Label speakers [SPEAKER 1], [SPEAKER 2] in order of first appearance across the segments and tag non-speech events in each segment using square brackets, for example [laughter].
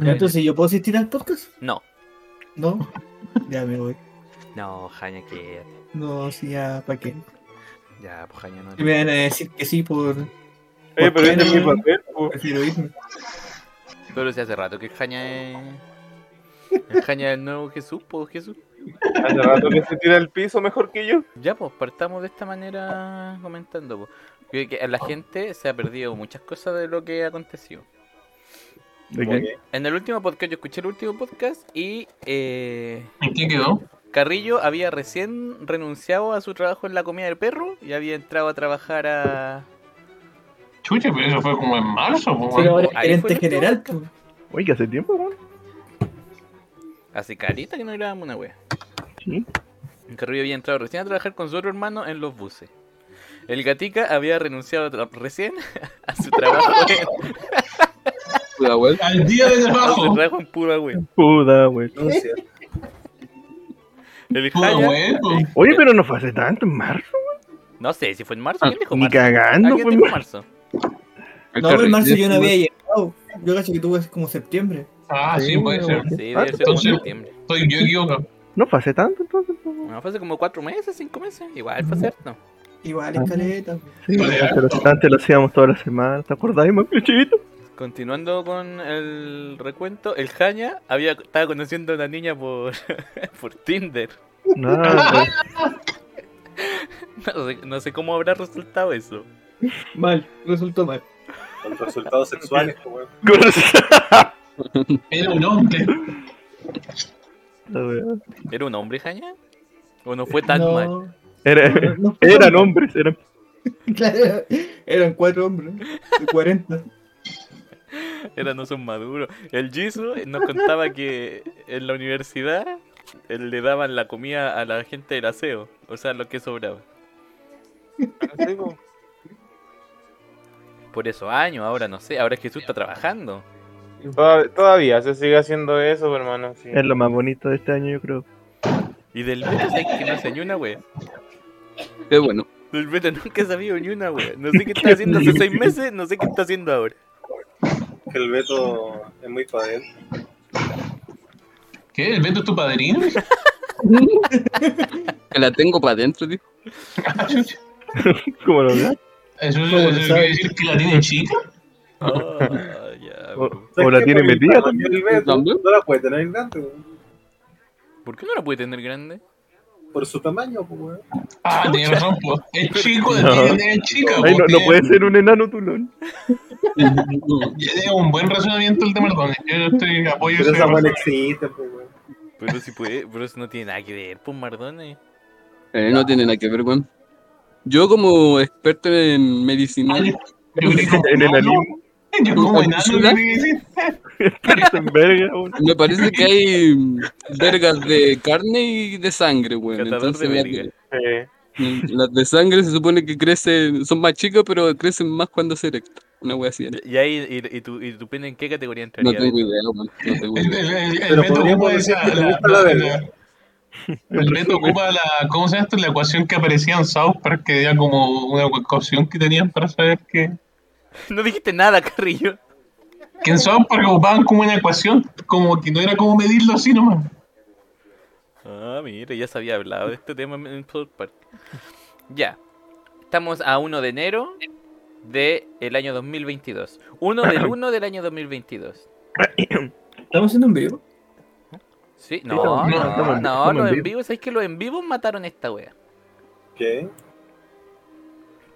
[SPEAKER 1] Entonces, ¿yo puedo asistir al podcast?
[SPEAKER 2] No,
[SPEAKER 1] [laughs] No. ya me voy.
[SPEAKER 2] no, Jaña, que
[SPEAKER 1] No, sí, ya, ¿para qué?
[SPEAKER 2] ya, pues Jaña no.
[SPEAKER 1] Y Me van a decir que sí por.
[SPEAKER 3] Oye, pero este es mi
[SPEAKER 1] Porque-
[SPEAKER 3] papel. po.
[SPEAKER 1] Prefiero irme.
[SPEAKER 2] Pero si hace rato que Jaña es. es Jaña del nuevo Jesús, pues Jesús.
[SPEAKER 3] Hace rato que se tira al piso mejor que yo.
[SPEAKER 2] Ya, pues partamos de esta manera comentando. Pues. Creo que a la gente se ha perdido muchas cosas de lo que ha acontecido.
[SPEAKER 4] ¿De qué?
[SPEAKER 2] En el último podcast, yo escuché el último podcast y eh,
[SPEAKER 4] ¿En qué quedó?
[SPEAKER 2] Carrillo había recién renunciado a su trabajo en la comida del perro y había entrado a trabajar a.
[SPEAKER 4] Chucha, pero eso fue como en marzo.
[SPEAKER 1] Pero
[SPEAKER 4] po, weón.
[SPEAKER 1] ahora es
[SPEAKER 2] ahí fue
[SPEAKER 1] gerente
[SPEAKER 2] el
[SPEAKER 1] general, pues.
[SPEAKER 4] Oye, que hace tiempo, weón.
[SPEAKER 2] Hace carita que no grabamos una wea.
[SPEAKER 4] Sí.
[SPEAKER 2] Carrillo había entrado recién a trabajar con su otro hermano en los buses. El Gatica había renunciado tra- recién [laughs] a su
[SPEAKER 4] [laughs]
[SPEAKER 2] trabajo [laughs] en,
[SPEAKER 5] Puta, weón.
[SPEAKER 4] Al día de
[SPEAKER 2] a su
[SPEAKER 4] trabajo.
[SPEAKER 2] trabajo en pura wea.
[SPEAKER 4] Puta, weón.
[SPEAKER 5] No sé.
[SPEAKER 2] El
[SPEAKER 4] Puta,
[SPEAKER 2] Jaya-
[SPEAKER 4] weón. po.
[SPEAKER 6] Oye, pero no fue hace tanto, en marzo.
[SPEAKER 2] No sé si fue en marzo. ¿Quién dijo
[SPEAKER 6] Ni
[SPEAKER 2] marzo?
[SPEAKER 6] cagando, pues,
[SPEAKER 2] ¿Alguien
[SPEAKER 6] fue en
[SPEAKER 2] dijo marzo?
[SPEAKER 1] No, pero en marzo pues, yo no había
[SPEAKER 2] pues.
[SPEAKER 1] llegado. Yo cacho que tuve como septiembre.
[SPEAKER 4] Ah, sí, puede ser.
[SPEAKER 2] Sí, debe ser como en
[SPEAKER 4] Entonces-
[SPEAKER 2] septiembre.
[SPEAKER 4] Estoy yo equivocado.
[SPEAKER 6] No fue hace tanto, entonces. po.
[SPEAKER 2] No, fue hace como cuatro meses, cinco meses. Igual fue cierto.
[SPEAKER 1] Igual, escaleta.
[SPEAKER 6] Sí,
[SPEAKER 4] Vale,
[SPEAKER 6] antes lo- antes lo hacíamos toda la semana. ¿Te acordás, Macluchito?
[SPEAKER 2] Continuando con el recuento, el Jaña había, estaba conociendo a una niña por, [laughs] por Tinder. [laughs]
[SPEAKER 6] No, pues,
[SPEAKER 2] No sé, no sé cómo habrá resultado eso.
[SPEAKER 1] Mal, resultó mal.
[SPEAKER 3] Con resultados sexuales, pues, po, weón.
[SPEAKER 4] Era un hombre.
[SPEAKER 6] la wea.
[SPEAKER 2] ¿Era un hombre, Jaña? ¿O no fue tan
[SPEAKER 1] No,
[SPEAKER 2] mal?
[SPEAKER 6] Era-
[SPEAKER 1] no, no.
[SPEAKER 6] eran hombres, eran.
[SPEAKER 1] [laughs] Claro, eran cuatro hombres de 40.
[SPEAKER 2] Era no son maduros. El Jisoo nos contaba que en la universidad eh, le daban la comida a la gente del aseo. O sea, lo que sobraba.
[SPEAKER 3] [laughs] Sí, po.
[SPEAKER 2] Por esos años, ahora no sé. Ahora Jesús está trabajando.
[SPEAKER 3] Toda- Todavía se sigue haciendo eso, po, hermano. sí.
[SPEAKER 6] Es lo más bonito de este año, yo creo.
[SPEAKER 2] Y del Beto sé que no hace ni una, wea.
[SPEAKER 5] Qué bueno.
[SPEAKER 2] Del Beto nunca ha sabido ni una, wea. No sé qué está haciendo hace seis meses, no sé qué está haciendo ahora.
[SPEAKER 3] Que el Beto es muy padel.
[SPEAKER 4] ¿Qué? ¿El Beto es tu padrino?
[SPEAKER 5] Que la tengo para adentro, tío.
[SPEAKER 4] Ah, chucha.
[SPEAKER 6] ¿Cómo lo ves?
[SPEAKER 4] ¿Eso,
[SPEAKER 1] ¿Cómo
[SPEAKER 4] eso
[SPEAKER 1] lo
[SPEAKER 4] quiere
[SPEAKER 1] sabes?
[SPEAKER 4] decir que la tiene chica?
[SPEAKER 2] Ah, ya,
[SPEAKER 6] O,
[SPEAKER 2] po.
[SPEAKER 6] o la tiene metida también.
[SPEAKER 3] El Beto no la puede tener grande, weón.
[SPEAKER 2] ¿Por qué no la puede tener grande?
[SPEAKER 3] Por su tamaño, pues, po, weón.
[SPEAKER 4] Ah, tenía razón, po. Es chico, la tiene tiene chica, po.
[SPEAKER 6] Ay, no, no
[SPEAKER 4] Tiene- [laughs]
[SPEAKER 6] puede ser un enano tulón. [laughs]
[SPEAKER 4] Es un buen razonamiento el de Mardone. Yo estoy apoyo
[SPEAKER 3] Pero
[SPEAKER 4] ese-
[SPEAKER 3] esa weón existe, pues. po, weón.
[SPEAKER 2] Pero si puede, pero eso Pues no tiene nada que ver, pues Mardone.
[SPEAKER 5] Eh, no tiene nada que ver, weón. Yo como experto en medicina,
[SPEAKER 4] Ay, yo creo que
[SPEAKER 6] En el
[SPEAKER 4] no,
[SPEAKER 6] anime.
[SPEAKER 4] Yo como enano, yo creo que sí.
[SPEAKER 6] en verga, weón.
[SPEAKER 5] me parece que hay mm, vergas de carne y de sangre, weón.
[SPEAKER 2] Catador
[SPEAKER 5] Entonces,
[SPEAKER 2] de
[SPEAKER 5] la-
[SPEAKER 2] verga.
[SPEAKER 3] Sí.
[SPEAKER 5] las de sangre se supone que crecen, son más chicas, pero crecen más cuando se erecta. Una wea así. era.
[SPEAKER 2] Y ahí, y, y tu, y tu pene en qué categoría
[SPEAKER 5] No
[SPEAKER 2] entraría?
[SPEAKER 5] tengo idea, weón.
[SPEAKER 6] [laughs]
[SPEAKER 5] No tengo
[SPEAKER 4] El,
[SPEAKER 5] idea.
[SPEAKER 4] el, el, el
[SPEAKER 3] Pero
[SPEAKER 4] Beto
[SPEAKER 3] podríamos
[SPEAKER 4] ocupa
[SPEAKER 3] decir
[SPEAKER 4] esa-
[SPEAKER 3] que le
[SPEAKER 4] la-
[SPEAKER 3] gusta la
[SPEAKER 4] la-
[SPEAKER 3] verga.
[SPEAKER 4] El Beto ocupa la, ¿cómo se llama esto? La ecuación que aparecía en South Park, que era como una ecuación que tenían para saber que...
[SPEAKER 2] No dijiste nada, [laughs] Carrillo.
[SPEAKER 4] Que en South Park ocupaban como una ecuación, como que no era como medirlo así nomás.
[SPEAKER 2] Ah, mira, ya se había hablado de este tema en- en South Park. Ya. Estamos a 1 de enero del año 2022. 1 del 1 del año 2022.
[SPEAKER 1] ¿Estamos haciendo un vivo?
[SPEAKER 2] Sí,
[SPEAKER 6] Sí,
[SPEAKER 2] no, no,
[SPEAKER 6] estamos- no, estamos
[SPEAKER 2] no,
[SPEAKER 6] en- estamos en
[SPEAKER 2] los en
[SPEAKER 6] vivo.
[SPEAKER 2] vivos, ¿sabes que los en vivos mataron esta wea?
[SPEAKER 3] ¿Qué?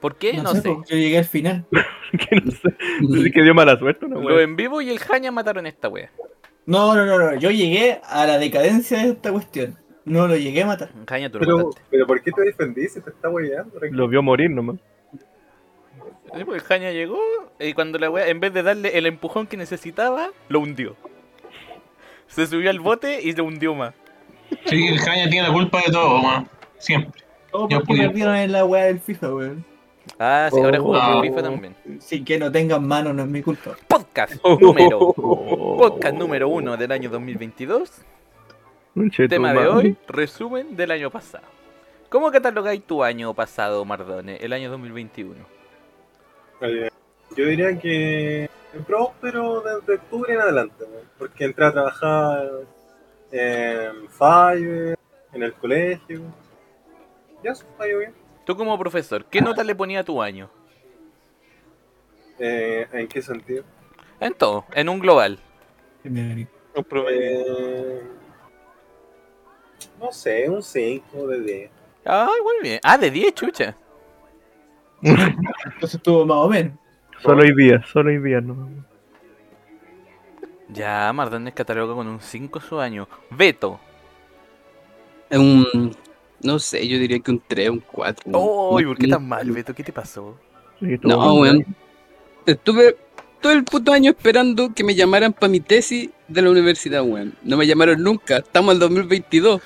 [SPEAKER 2] ¿Por qué? No, sé.
[SPEAKER 1] po, Yo llegué al final.
[SPEAKER 6] [laughs] Que no sé. Así que dio mala suerte, una
[SPEAKER 2] Los
[SPEAKER 6] weón.
[SPEAKER 2] en vivo y el Jaña mataron esta wea.
[SPEAKER 1] No, no, no, no. Yo llegué a la decadencia de esta cuestión. No lo llegué a matar.
[SPEAKER 2] Jaña, tú lo
[SPEAKER 3] Pero,
[SPEAKER 2] mataste.
[SPEAKER 3] pero ¿por qué te defendí si te está weyando?
[SPEAKER 6] Lo vio morir nomás.
[SPEAKER 2] Sí, pues el Jaña llegó y cuando la wea, en vez de darle el empujón que necesitaba, lo hundió. Se subió al bote y lo hundió más.
[SPEAKER 4] Sí, el Jaña tiene la culpa de todo, man. Siempre.
[SPEAKER 1] Todo
[SPEAKER 4] Ya
[SPEAKER 1] Oh, porque
[SPEAKER 4] pude.
[SPEAKER 1] perdieron en la weá del FIFA, weón.
[SPEAKER 2] Ah, sí, ahora jugamos
[SPEAKER 4] Oh.
[SPEAKER 2] FIFA también.
[SPEAKER 1] Sí, que no tengan mano no es mi culpa.
[SPEAKER 2] Podcast número. Podcast número uno del año 2022.
[SPEAKER 6] Un cheto,
[SPEAKER 2] Tema de
[SPEAKER 6] madre.
[SPEAKER 2] hoy, resumen del año pasado. ¿Cómo catalogáis tu año
[SPEAKER 7] Eh,
[SPEAKER 2] pasado, Mardone? El año 2021.
[SPEAKER 3] Yo diría que
[SPEAKER 7] En próspero desde octubre en adelante, weón, porque entré a trabajar eh, en Fiverr, en el colegio. Ya, eso, ha ido bien.
[SPEAKER 2] Tú como profesor, ¿qué nota le ponía a tu año?
[SPEAKER 7] Eh, ¿En qué sentido?
[SPEAKER 2] En todo, en un global.
[SPEAKER 3] Un promedio.
[SPEAKER 7] Eh, no sé, un 5 de 10.
[SPEAKER 2] Ah, igual bien. Ah, de 10, chucha.
[SPEAKER 1] Entonces estuvo más o menos.
[SPEAKER 6] Solo hay días, solo hay días, no.
[SPEAKER 2] Ya, Mardones cataloga con un 5 su año. Beto.
[SPEAKER 5] Es un. No sé, yo diría que un 3, un 4.
[SPEAKER 2] Uy, ¿por qué tan mal, Beto? ¿Qué te pasó?
[SPEAKER 6] Sí, estuvo
[SPEAKER 5] No,
[SPEAKER 6] bien.
[SPEAKER 5] weón. Estuve todo el puto año esperando que me llamaran para mi tesis de la universidad, weón. No me llamaron nunca. Estamos al 2022.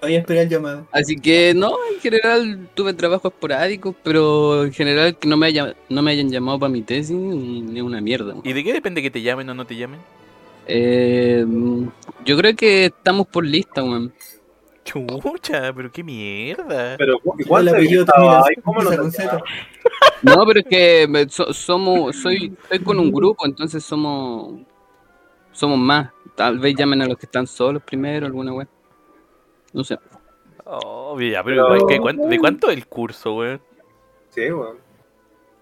[SPEAKER 1] Todavía esperé el llamado.
[SPEAKER 5] Así que no, en general tuve trabajos esporádicos, pero en general que no me, haya- no me hayan llamado para mi tesis ni ni una mierda. weón.
[SPEAKER 2] ¿Y de qué depende que te llamen o no te llamen?
[SPEAKER 5] Eh, yo creo que estamos por lista, weón.
[SPEAKER 2] [laughs] Chucha, pero qué mierda.
[SPEAKER 7] Pero, ¿cu- ¿y cuánto
[SPEAKER 1] el apellido
[SPEAKER 7] estaba
[SPEAKER 1] termina
[SPEAKER 7] ahí? ¿Cómo no
[SPEAKER 1] empieza
[SPEAKER 7] te
[SPEAKER 1] con Z.
[SPEAKER 7] enteraste?
[SPEAKER 5] No, pero es que me- so- somos, soy, estoy con un grupo, entonces somos, somos más. Tal vez llamen a los que están solos primero, alguna wea. No sé.
[SPEAKER 2] Oh, ya, pero igual que cuán- ¿de cuánto el curso, weón?
[SPEAKER 7] Sí, weón.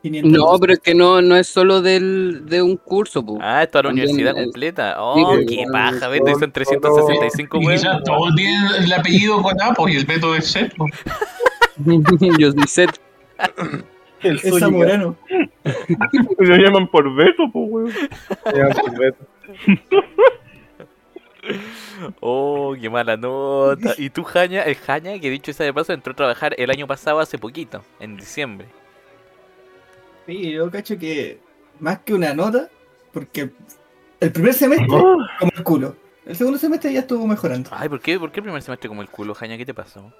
[SPEAKER 1] 500.
[SPEAKER 5] No, pero es que no, no es solo del, de un curso, po.
[SPEAKER 2] Ah, esto es la
[SPEAKER 5] También,
[SPEAKER 2] universidad
[SPEAKER 5] eh,
[SPEAKER 2] completa. Oh,
[SPEAKER 5] sí,
[SPEAKER 2] qué
[SPEAKER 5] eh,
[SPEAKER 2] paja, Beto. Hizo en 365,
[SPEAKER 4] Y
[SPEAKER 2] weón.
[SPEAKER 4] quizás todos tienen el apellido con Apo y el Beto es pues. Z. po.
[SPEAKER 5] [laughs] Yo soy Seth.
[SPEAKER 7] El
[SPEAKER 1] Es Zamorano.
[SPEAKER 6] Lo llaman por beso, pues, weón.
[SPEAKER 2] Oh, qué mala nota. Y tú, Jaña, el Jaña, que dicho sea de paso, entró a trabajar el año pasado hace poquito, en diciembre.
[SPEAKER 1] Sí, yo cacho que más que una nota, porque el primer semestre,
[SPEAKER 7] Ah.
[SPEAKER 1] como el culo. El segundo semestre ya estuvo mejorando.
[SPEAKER 2] Ay, ¿por qué, ¿por qué el primer semestre como el culo, Jaña? ¿Qué te pasó?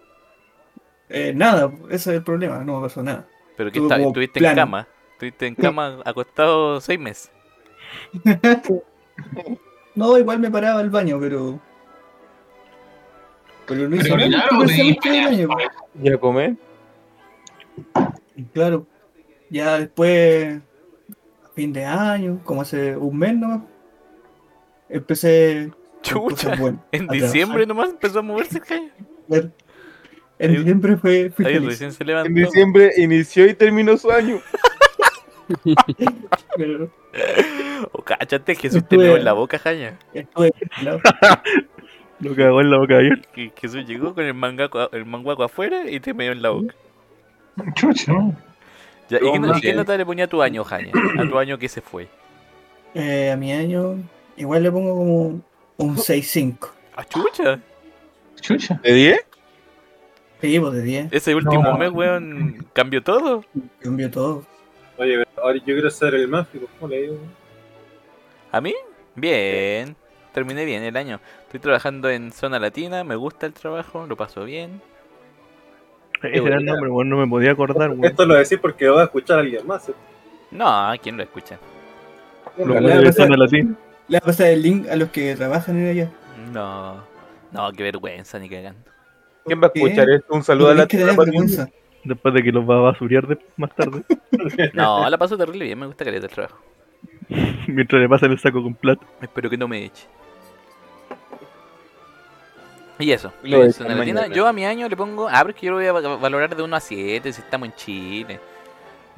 [SPEAKER 1] Eh, nada, ese es el problema, no me pasó nada.
[SPEAKER 2] Pero que
[SPEAKER 1] Estuve
[SPEAKER 2] está-
[SPEAKER 1] como
[SPEAKER 2] estuviste en
[SPEAKER 1] plano.
[SPEAKER 2] cama. Estuviste en cama acostado seis meses.
[SPEAKER 1] No, igual me paraba al baño, pero. Pero no hice
[SPEAKER 4] Pero
[SPEAKER 1] nada el
[SPEAKER 4] claro,
[SPEAKER 1] primer
[SPEAKER 4] te-
[SPEAKER 1] semestre del año.
[SPEAKER 3] ¿Ya comé?
[SPEAKER 1] Claro. Ya después, a fin de año, como hace un mes nomás, empecé. con
[SPEAKER 2] Chucha.
[SPEAKER 1] cosas buenas
[SPEAKER 2] En
[SPEAKER 1] a
[SPEAKER 2] diciembre nomás empezó a moverse el
[SPEAKER 3] [laughs]
[SPEAKER 2] Jaña.
[SPEAKER 1] trabajar. En
[SPEAKER 2] Ahí-
[SPEAKER 1] diciembre fue. fui
[SPEAKER 2] Ahí
[SPEAKER 1] feliz,
[SPEAKER 2] recién se
[SPEAKER 3] En
[SPEAKER 2] levantó.
[SPEAKER 3] diciembre inició y terminó su año.
[SPEAKER 1] pero
[SPEAKER 2] Oh, cáchate, Jesús te
[SPEAKER 1] Estuve-
[SPEAKER 2] meó en la boca, Jaña.
[SPEAKER 1] estuve
[SPEAKER 2] [laughs]
[SPEAKER 1] pelado.
[SPEAKER 6] Lo cagó en la boca de ayer.
[SPEAKER 2] Que Jesús llegó con el, mangaco, el manguaco afuera y te meó en la boca.
[SPEAKER 4] Chucha, ¿no?
[SPEAKER 2] Ya, ¿Y
[SPEAKER 4] No,
[SPEAKER 2] qué, no-
[SPEAKER 4] más
[SPEAKER 2] y qué nota le ponía a tu año, Jaña? A tu año que se fue.
[SPEAKER 1] Eh, a mi año, igual le pongo como un 6-5.
[SPEAKER 2] Ah, chucha.
[SPEAKER 4] Chucha.
[SPEAKER 3] ¿De 10?
[SPEAKER 1] Sí, pues de 10,
[SPEAKER 2] Ese último
[SPEAKER 4] No.
[SPEAKER 2] mes, weón, cambió todo.
[SPEAKER 1] cambió todo.
[SPEAKER 7] Oye, pero ahora yo quiero ser el mágico. ¿Cómo le digo?
[SPEAKER 2] ¿A mí? Bien. Terminé bien el año. Estoy trabajando en zona latina, me gusta el trabajo, lo paso bien.
[SPEAKER 6] Ese era el nombre, weón. No me podía acordar, weón.
[SPEAKER 7] Esto lo decís porque va a escuchar a alguien más. ¿eh?
[SPEAKER 2] No, ¿quién lo escucha?
[SPEAKER 6] Lo
[SPEAKER 1] Ojalá
[SPEAKER 6] de
[SPEAKER 1] no sea-
[SPEAKER 6] zona latina.
[SPEAKER 1] Le va a pasar el link a los que trabajan en ella.
[SPEAKER 2] No. No, qué vergüenza, ni cagando.
[SPEAKER 3] ¿Quién va a
[SPEAKER 1] ¿Qué?
[SPEAKER 3] escuchar esto? Un saludo a
[SPEAKER 1] Tienes
[SPEAKER 3] la
[SPEAKER 1] que tener vergüenza.
[SPEAKER 6] Después de que los va a basurear de- más tarde. [laughs]
[SPEAKER 2] No, la paso terrible bien, me gusta caleta el trabajo.
[SPEAKER 6] mientras le pasan el saco con plata.
[SPEAKER 2] Espero que no me eche. Y eso,
[SPEAKER 3] Lo de
[SPEAKER 2] zona
[SPEAKER 3] mañana.
[SPEAKER 2] latina. Yo a mi año le pongo. Ah, pero es que yo lo voy a va- valorar de 1 a 7 si estamos en Chile.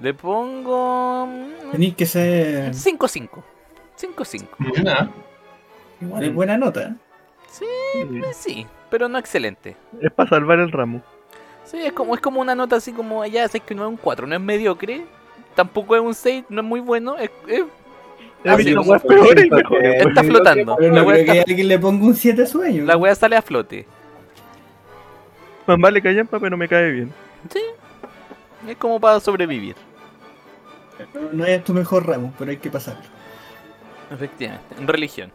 [SPEAKER 2] Le pongo. mm,
[SPEAKER 1] Tenéis que ser.
[SPEAKER 2] 5-5. 5-5.
[SPEAKER 4] Mira,
[SPEAKER 1] Igual es buena nota. ¿eh?
[SPEAKER 2] Sí, eh, sí, pero no excelente.
[SPEAKER 6] Es para salvar el ramo.
[SPEAKER 2] Sí, es como, es como una nota así como allá, sabes que no es un 4, no es mediocre, tampoco es un 6, no es muy bueno, es, es-
[SPEAKER 6] He
[SPEAKER 2] Ah, sí,
[SPEAKER 6] visto
[SPEAKER 2] como-
[SPEAKER 6] weas peores y mejores,
[SPEAKER 2] Está flotando.
[SPEAKER 1] Pero
[SPEAKER 2] La
[SPEAKER 1] no
[SPEAKER 2] wea
[SPEAKER 1] creo que
[SPEAKER 2] está-
[SPEAKER 1] alguien le ponga un 7 a su año.
[SPEAKER 2] la wea sale a flote.
[SPEAKER 6] weón. Más vale callampa, pero me cae bien.
[SPEAKER 2] Es como para sobrevivir.
[SPEAKER 1] No, no es tu mejor ramo, pero hay que pasarlo.
[SPEAKER 2] Efectivamente, en religión.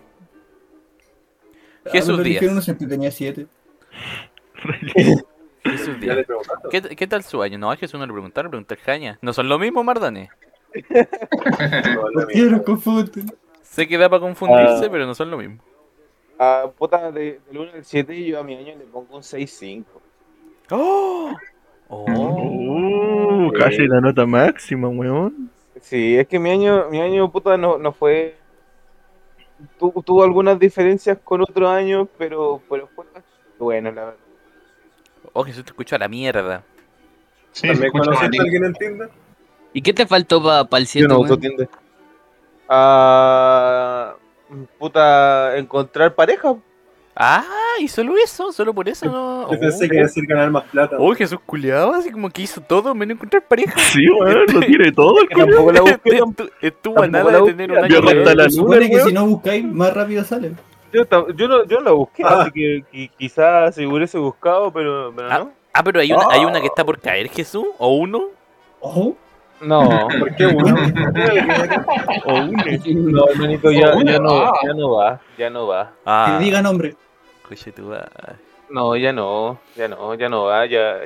[SPEAKER 1] Ah,
[SPEAKER 2] Jesús
[SPEAKER 1] pero
[SPEAKER 2] Díaz.
[SPEAKER 1] que Uno siempre tenía 7.
[SPEAKER 2] Jesús
[SPEAKER 7] Ya
[SPEAKER 2] Díaz.
[SPEAKER 7] le
[SPEAKER 3] [laughs]
[SPEAKER 7] preguntaste.
[SPEAKER 2] ¿Qué, qué tal su año? No, a Jesús no le preguntaron, le pregunté a Jaña. No son lo mismo, Mardones.
[SPEAKER 7] No, la
[SPEAKER 1] ¿Por qué los
[SPEAKER 7] mierda.
[SPEAKER 1] confunden?
[SPEAKER 2] Sé que da para confundirse,
[SPEAKER 3] Ah.
[SPEAKER 2] pero no son lo mismo.
[SPEAKER 3] Ah, puta, de- del 1 al 7 yo a mi año le pongo un 6-5.
[SPEAKER 2] ¡Oh!
[SPEAKER 4] Oh.
[SPEAKER 6] Uh, casi la nota máxima, weón.
[SPEAKER 3] Sí, Sí, es que mi año, mi año puta no, no fue. tu- tuvo algunas diferencias con otro año, pero, pero fue bastante bueno, la verdad.
[SPEAKER 2] Oh, Jesús, te escucho a la mierda.
[SPEAKER 4] Sí, se
[SPEAKER 7] ¿También
[SPEAKER 4] escucha
[SPEAKER 7] conociste a
[SPEAKER 4] malito.
[SPEAKER 7] alguien en Tinder?
[SPEAKER 5] ¿Y qué te faltó para el
[SPEAKER 3] Yo
[SPEAKER 5] 7?
[SPEAKER 3] no uso Tinder. Ah, puta, encontrar pareja.
[SPEAKER 2] Ah, y solo eso, solo por eso
[SPEAKER 7] [laughs]
[SPEAKER 2] no.
[SPEAKER 7] Yo pensé que iba a decir ganar más plata.
[SPEAKER 2] Oh, Jesús culiado, así como que hizo todo menos encontrar pareja.
[SPEAKER 6] Sí, weón, lo tiene todo el
[SPEAKER 3] Que tampoco
[SPEAKER 2] [laughs]
[SPEAKER 3] la busqué, tam-
[SPEAKER 2] Estu- Estuvo a
[SPEAKER 3] tampoco
[SPEAKER 2] nada
[SPEAKER 3] la
[SPEAKER 2] de
[SPEAKER 3] busqué.
[SPEAKER 2] tener un
[SPEAKER 6] Yo
[SPEAKER 2] año
[SPEAKER 6] rompí
[SPEAKER 2] de-
[SPEAKER 6] la
[SPEAKER 1] Se supone
[SPEAKER 6] luna,
[SPEAKER 1] que si
[SPEAKER 6] weón.
[SPEAKER 1] no buscáis, más rápido sale.
[SPEAKER 3] yo, tam- yo, no, yo no la busqué,
[SPEAKER 7] Ah.
[SPEAKER 3] así que, que quizás si hubiese buscado, pero, pero no.
[SPEAKER 2] Ah, pero hay una, hay una que está por caer, Jesús, o uno.
[SPEAKER 1] Ojo.
[SPEAKER 3] No,
[SPEAKER 7] ¿Por qué uno?
[SPEAKER 3] [laughs] no, hermanito, ya,
[SPEAKER 4] Oh,
[SPEAKER 3] ya no,
[SPEAKER 4] ah.
[SPEAKER 3] ya no va, ya no va.
[SPEAKER 2] Ah,
[SPEAKER 1] Que diga nombre.
[SPEAKER 2] coche, tú, ah.
[SPEAKER 3] No, ya no, ya no, ya no va, ya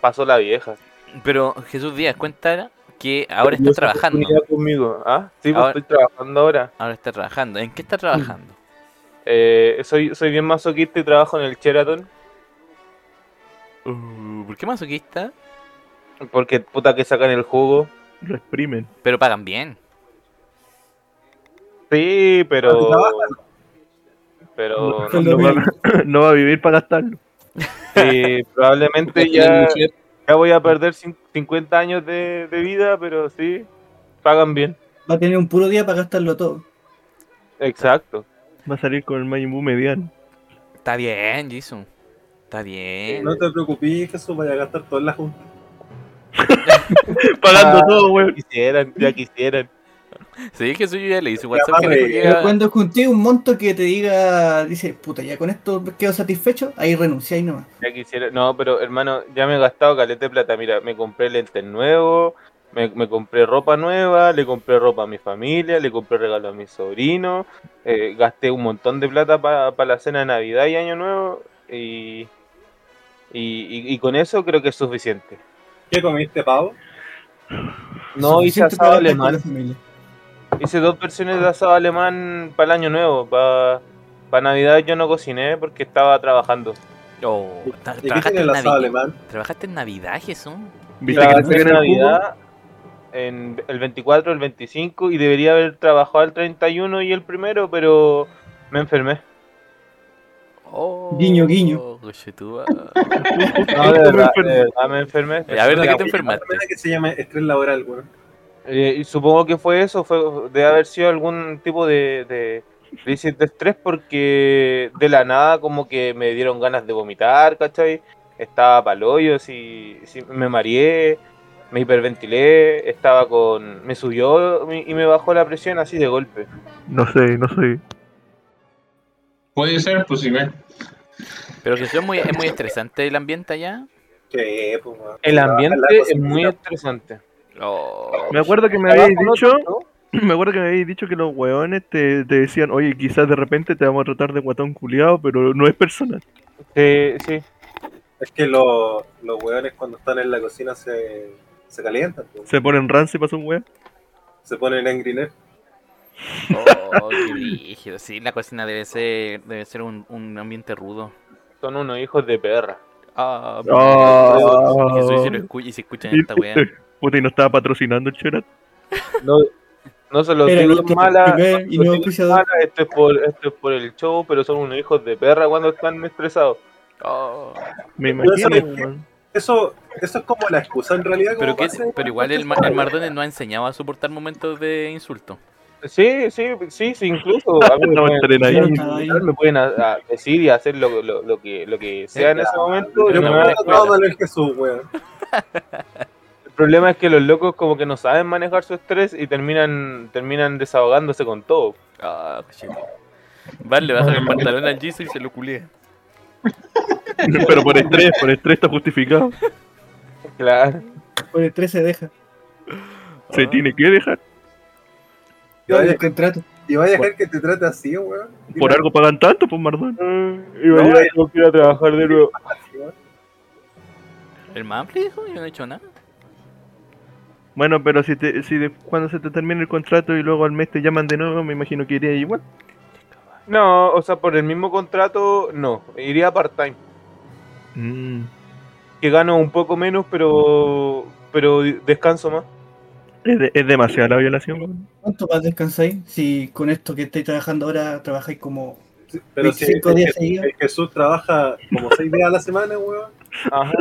[SPEAKER 3] pasó la vieja.
[SPEAKER 2] Pero Jesús Díaz, cuenta que ahora está trabajando.
[SPEAKER 3] Unidad conmigo, ¿ah? Sí, pues,
[SPEAKER 2] Ahora-
[SPEAKER 3] estoy trabajando ahora.
[SPEAKER 2] Ahora está trabajando. ¿En qué está trabajando?
[SPEAKER 3] Eh, soy, soy bien masoquista y trabajo en el Sheraton.
[SPEAKER 2] Uh, ¿Por qué masoquista?
[SPEAKER 3] Porque puta que sacan el jugo.
[SPEAKER 6] Lo exprimen.
[SPEAKER 2] Pero pagan bien.
[SPEAKER 3] Sí, pero. Pero.
[SPEAKER 1] Con
[SPEAKER 3] Ah. no-
[SPEAKER 1] lo
[SPEAKER 6] No
[SPEAKER 1] mismo.
[SPEAKER 6] va, [laughs] no va a vivir para gastarlo.
[SPEAKER 3] sí, probablemente ya, ya voy a perder cin- 50 años de, de vida, pero sí, pagan bien.
[SPEAKER 1] Va a tener un puro día para gastarlo todo.
[SPEAKER 3] Exacto.
[SPEAKER 6] Va a salir con el Majin Buu mediano.
[SPEAKER 2] Está bien, Jason. Está bien.
[SPEAKER 7] No te preocupes, Jesús, vaya a gastar todas las juntas.
[SPEAKER 6] Pagando todo, weón.
[SPEAKER 3] Quisieran, ya quisieran.
[SPEAKER 2] Sí, Jesús, yo ya le hice un WhatsApp que
[SPEAKER 7] madre,
[SPEAKER 2] dijo que
[SPEAKER 1] Pero
[SPEAKER 2] iba-
[SPEAKER 1] cuando junté un monto que te diga, dice, puta, ya con esto quedo satisfecho, ahí renunciáis nomás.
[SPEAKER 3] Ya quisiera. No, pero hermano, ya me he gastado caleta de plata. Mira, me compré lentes nuevos, me, me compré ropa nueva, le compré ropa a mi familia, le compré regalo a mis sobrinos, eh, gasté un montón de plata para la cena de Navidad y Año Nuevo y, y, y- y con eso creo que es suficiente.
[SPEAKER 7] ¿Qué comiste, pavo?
[SPEAKER 3] No hice
[SPEAKER 1] Suficiente
[SPEAKER 3] asado
[SPEAKER 1] para gastar con la
[SPEAKER 3] alemán,
[SPEAKER 1] familia.
[SPEAKER 3] hice dos versiones de asado alemán para el Año Nuevo, para... Para Navidad yo no cociné porque estaba trabajando.
[SPEAKER 2] Oh, ta-
[SPEAKER 7] ¿Y qué tiene
[SPEAKER 2] trabajaste, en
[SPEAKER 7] el asado
[SPEAKER 2] Navidad,
[SPEAKER 7] alemán?
[SPEAKER 2] trabajaste en Navidad, Jesús.
[SPEAKER 6] ¿Viste que no
[SPEAKER 3] Trabajé en
[SPEAKER 6] sacan el jugo?
[SPEAKER 3] Navidad en el 24, el 25 y debería haber trabajado el 31 y el primero, pero me enfermé.
[SPEAKER 2] Oh,
[SPEAKER 1] Guiño, guiño.
[SPEAKER 2] coche, tú, ah.
[SPEAKER 6] Ah,
[SPEAKER 3] No, [laughs]
[SPEAKER 6] [laughs]
[SPEAKER 3] de verdad, de verdad me enfermé.
[SPEAKER 2] Eh, A ver, ¿de qué te
[SPEAKER 7] Una
[SPEAKER 2] enfermaste?
[SPEAKER 7] pena que se llama estrés laboral, weón.
[SPEAKER 3] Eh, y supongo que fue eso, fue de haber sido algún tipo de, de crisis de estrés porque de la nada como que me dieron ganas de vomitar, ¿cachai? Estaba paloyo, si, si me mareé, me hiperventilé, estaba con... me subió y me bajó la presión así de golpe.
[SPEAKER 6] No sé, no sé.
[SPEAKER 4] Puede ser, pues sí, ve.
[SPEAKER 2] Pero Jesús, ¿es muy, es muy estresante el ambiente allá?
[SPEAKER 7] Sí, pues, weón.
[SPEAKER 6] Ah,
[SPEAKER 3] El ambiente
[SPEAKER 7] La
[SPEAKER 3] es muy
[SPEAKER 7] cocina.
[SPEAKER 3] estresante.
[SPEAKER 2] Oh,
[SPEAKER 6] Me acuerdo que me habéis
[SPEAKER 3] Abajo no
[SPEAKER 6] dicho, [clears throat]
[SPEAKER 3] tanto,
[SPEAKER 6] me acuerdo que me habéis dicho que los weones te, te decían, oye, quizás de repente te vamos a tratar de guatón culiado, pero no es personal.
[SPEAKER 3] Sí, sí.
[SPEAKER 7] Es que lo- los weones cuando están en la cocina se, se calientan, pues.
[SPEAKER 6] Se ponen rancio y pasan weón.
[SPEAKER 7] se ponen en griner.
[SPEAKER 2] oh, qué brígido. Sí, la cocina debe ser, debe ser un, un ambiente rudo.
[SPEAKER 3] Son unos hijos de perra.
[SPEAKER 2] Ah,
[SPEAKER 6] Ah.
[SPEAKER 2] Jesús, y si lo escu- y si escuchan
[SPEAKER 6] [laughs]
[SPEAKER 2] esta weá.
[SPEAKER 6] Puta, y no estaba patrocinando el Cherat.
[SPEAKER 3] No, no se los
[SPEAKER 1] Era
[SPEAKER 3] digo
[SPEAKER 1] nuestro
[SPEAKER 3] en mala.
[SPEAKER 1] primer
[SPEAKER 3] no
[SPEAKER 1] y
[SPEAKER 3] se los
[SPEAKER 1] nuevo
[SPEAKER 3] digo en
[SPEAKER 1] auspiciador.
[SPEAKER 3] mala, Esto es, por, esto es por el show, pero son unos hijos de perra cuando están estresados.
[SPEAKER 2] Oh,
[SPEAKER 6] Me
[SPEAKER 7] Pero
[SPEAKER 6] imagino,
[SPEAKER 7] ¿sabes qué?
[SPEAKER 6] weón.
[SPEAKER 7] Eso, eso es como la excusa en realidad. como
[SPEAKER 2] pero, qué-
[SPEAKER 7] para hacer-
[SPEAKER 2] pero igual el, Mar- el Mardones no ha enseñado a soportar momentos de insulto.
[SPEAKER 3] Sí, sí, sí, sí incluso.
[SPEAKER 6] [laughs]
[SPEAKER 3] A mí me
[SPEAKER 6] No,
[SPEAKER 3] pueden,
[SPEAKER 6] estaré ahí.
[SPEAKER 3] me pueden insultar, me pueden a- a decir y hacer lo, lo, lo que, lo que sea en ese momento.
[SPEAKER 7] Pero
[SPEAKER 3] no me
[SPEAKER 7] ¿cómo
[SPEAKER 3] van a-
[SPEAKER 7] no te va a doler Jesús, weón?
[SPEAKER 3] el problema es que los locos como que no saben manejar su estrés y terminan, terminan desahogándose con todo.
[SPEAKER 2] Ah, coche. Vale, baja el pantalón al Jesús y se lo culé.
[SPEAKER 6] [laughs] Pero por estrés, por estrés está justificado.
[SPEAKER 3] Claro.
[SPEAKER 1] Por el 3 se deja.
[SPEAKER 6] Se
[SPEAKER 3] Ah.
[SPEAKER 6] tiene que dejar.
[SPEAKER 7] Y vaya,
[SPEAKER 1] el contrato.
[SPEAKER 7] y vaya a dejar que te trate así, weón.
[SPEAKER 6] Por algo pagan tanto, pues Mardón.
[SPEAKER 3] Ah.
[SPEAKER 6] eh.
[SPEAKER 3] Y mañana tengo que ir a trabajar de nuevo.
[SPEAKER 2] ¿El Manfred dijo? Yo no he hecho nada.
[SPEAKER 6] Bueno, pero si, te, si de- cuando se te termine el contrato y luego al mes te llaman de nuevo, me imagino que iría igual.
[SPEAKER 3] No, o sea, por el mismo contrato, no. Iría part-time. Mm. Que gano un poco menos, pero pero descanso más.
[SPEAKER 6] Es, de- es demasiada la violación,
[SPEAKER 3] [laughs]
[SPEAKER 6] weón.
[SPEAKER 1] ¿Cuánto más descansáis? Si con esto que estáis trabajando ahora trabajáis como.
[SPEAKER 7] Pero si
[SPEAKER 1] 25 días
[SPEAKER 7] el,
[SPEAKER 1] seguidos.
[SPEAKER 7] Jesús trabaja como 6 días a la semana, weón.
[SPEAKER 3] Ajá.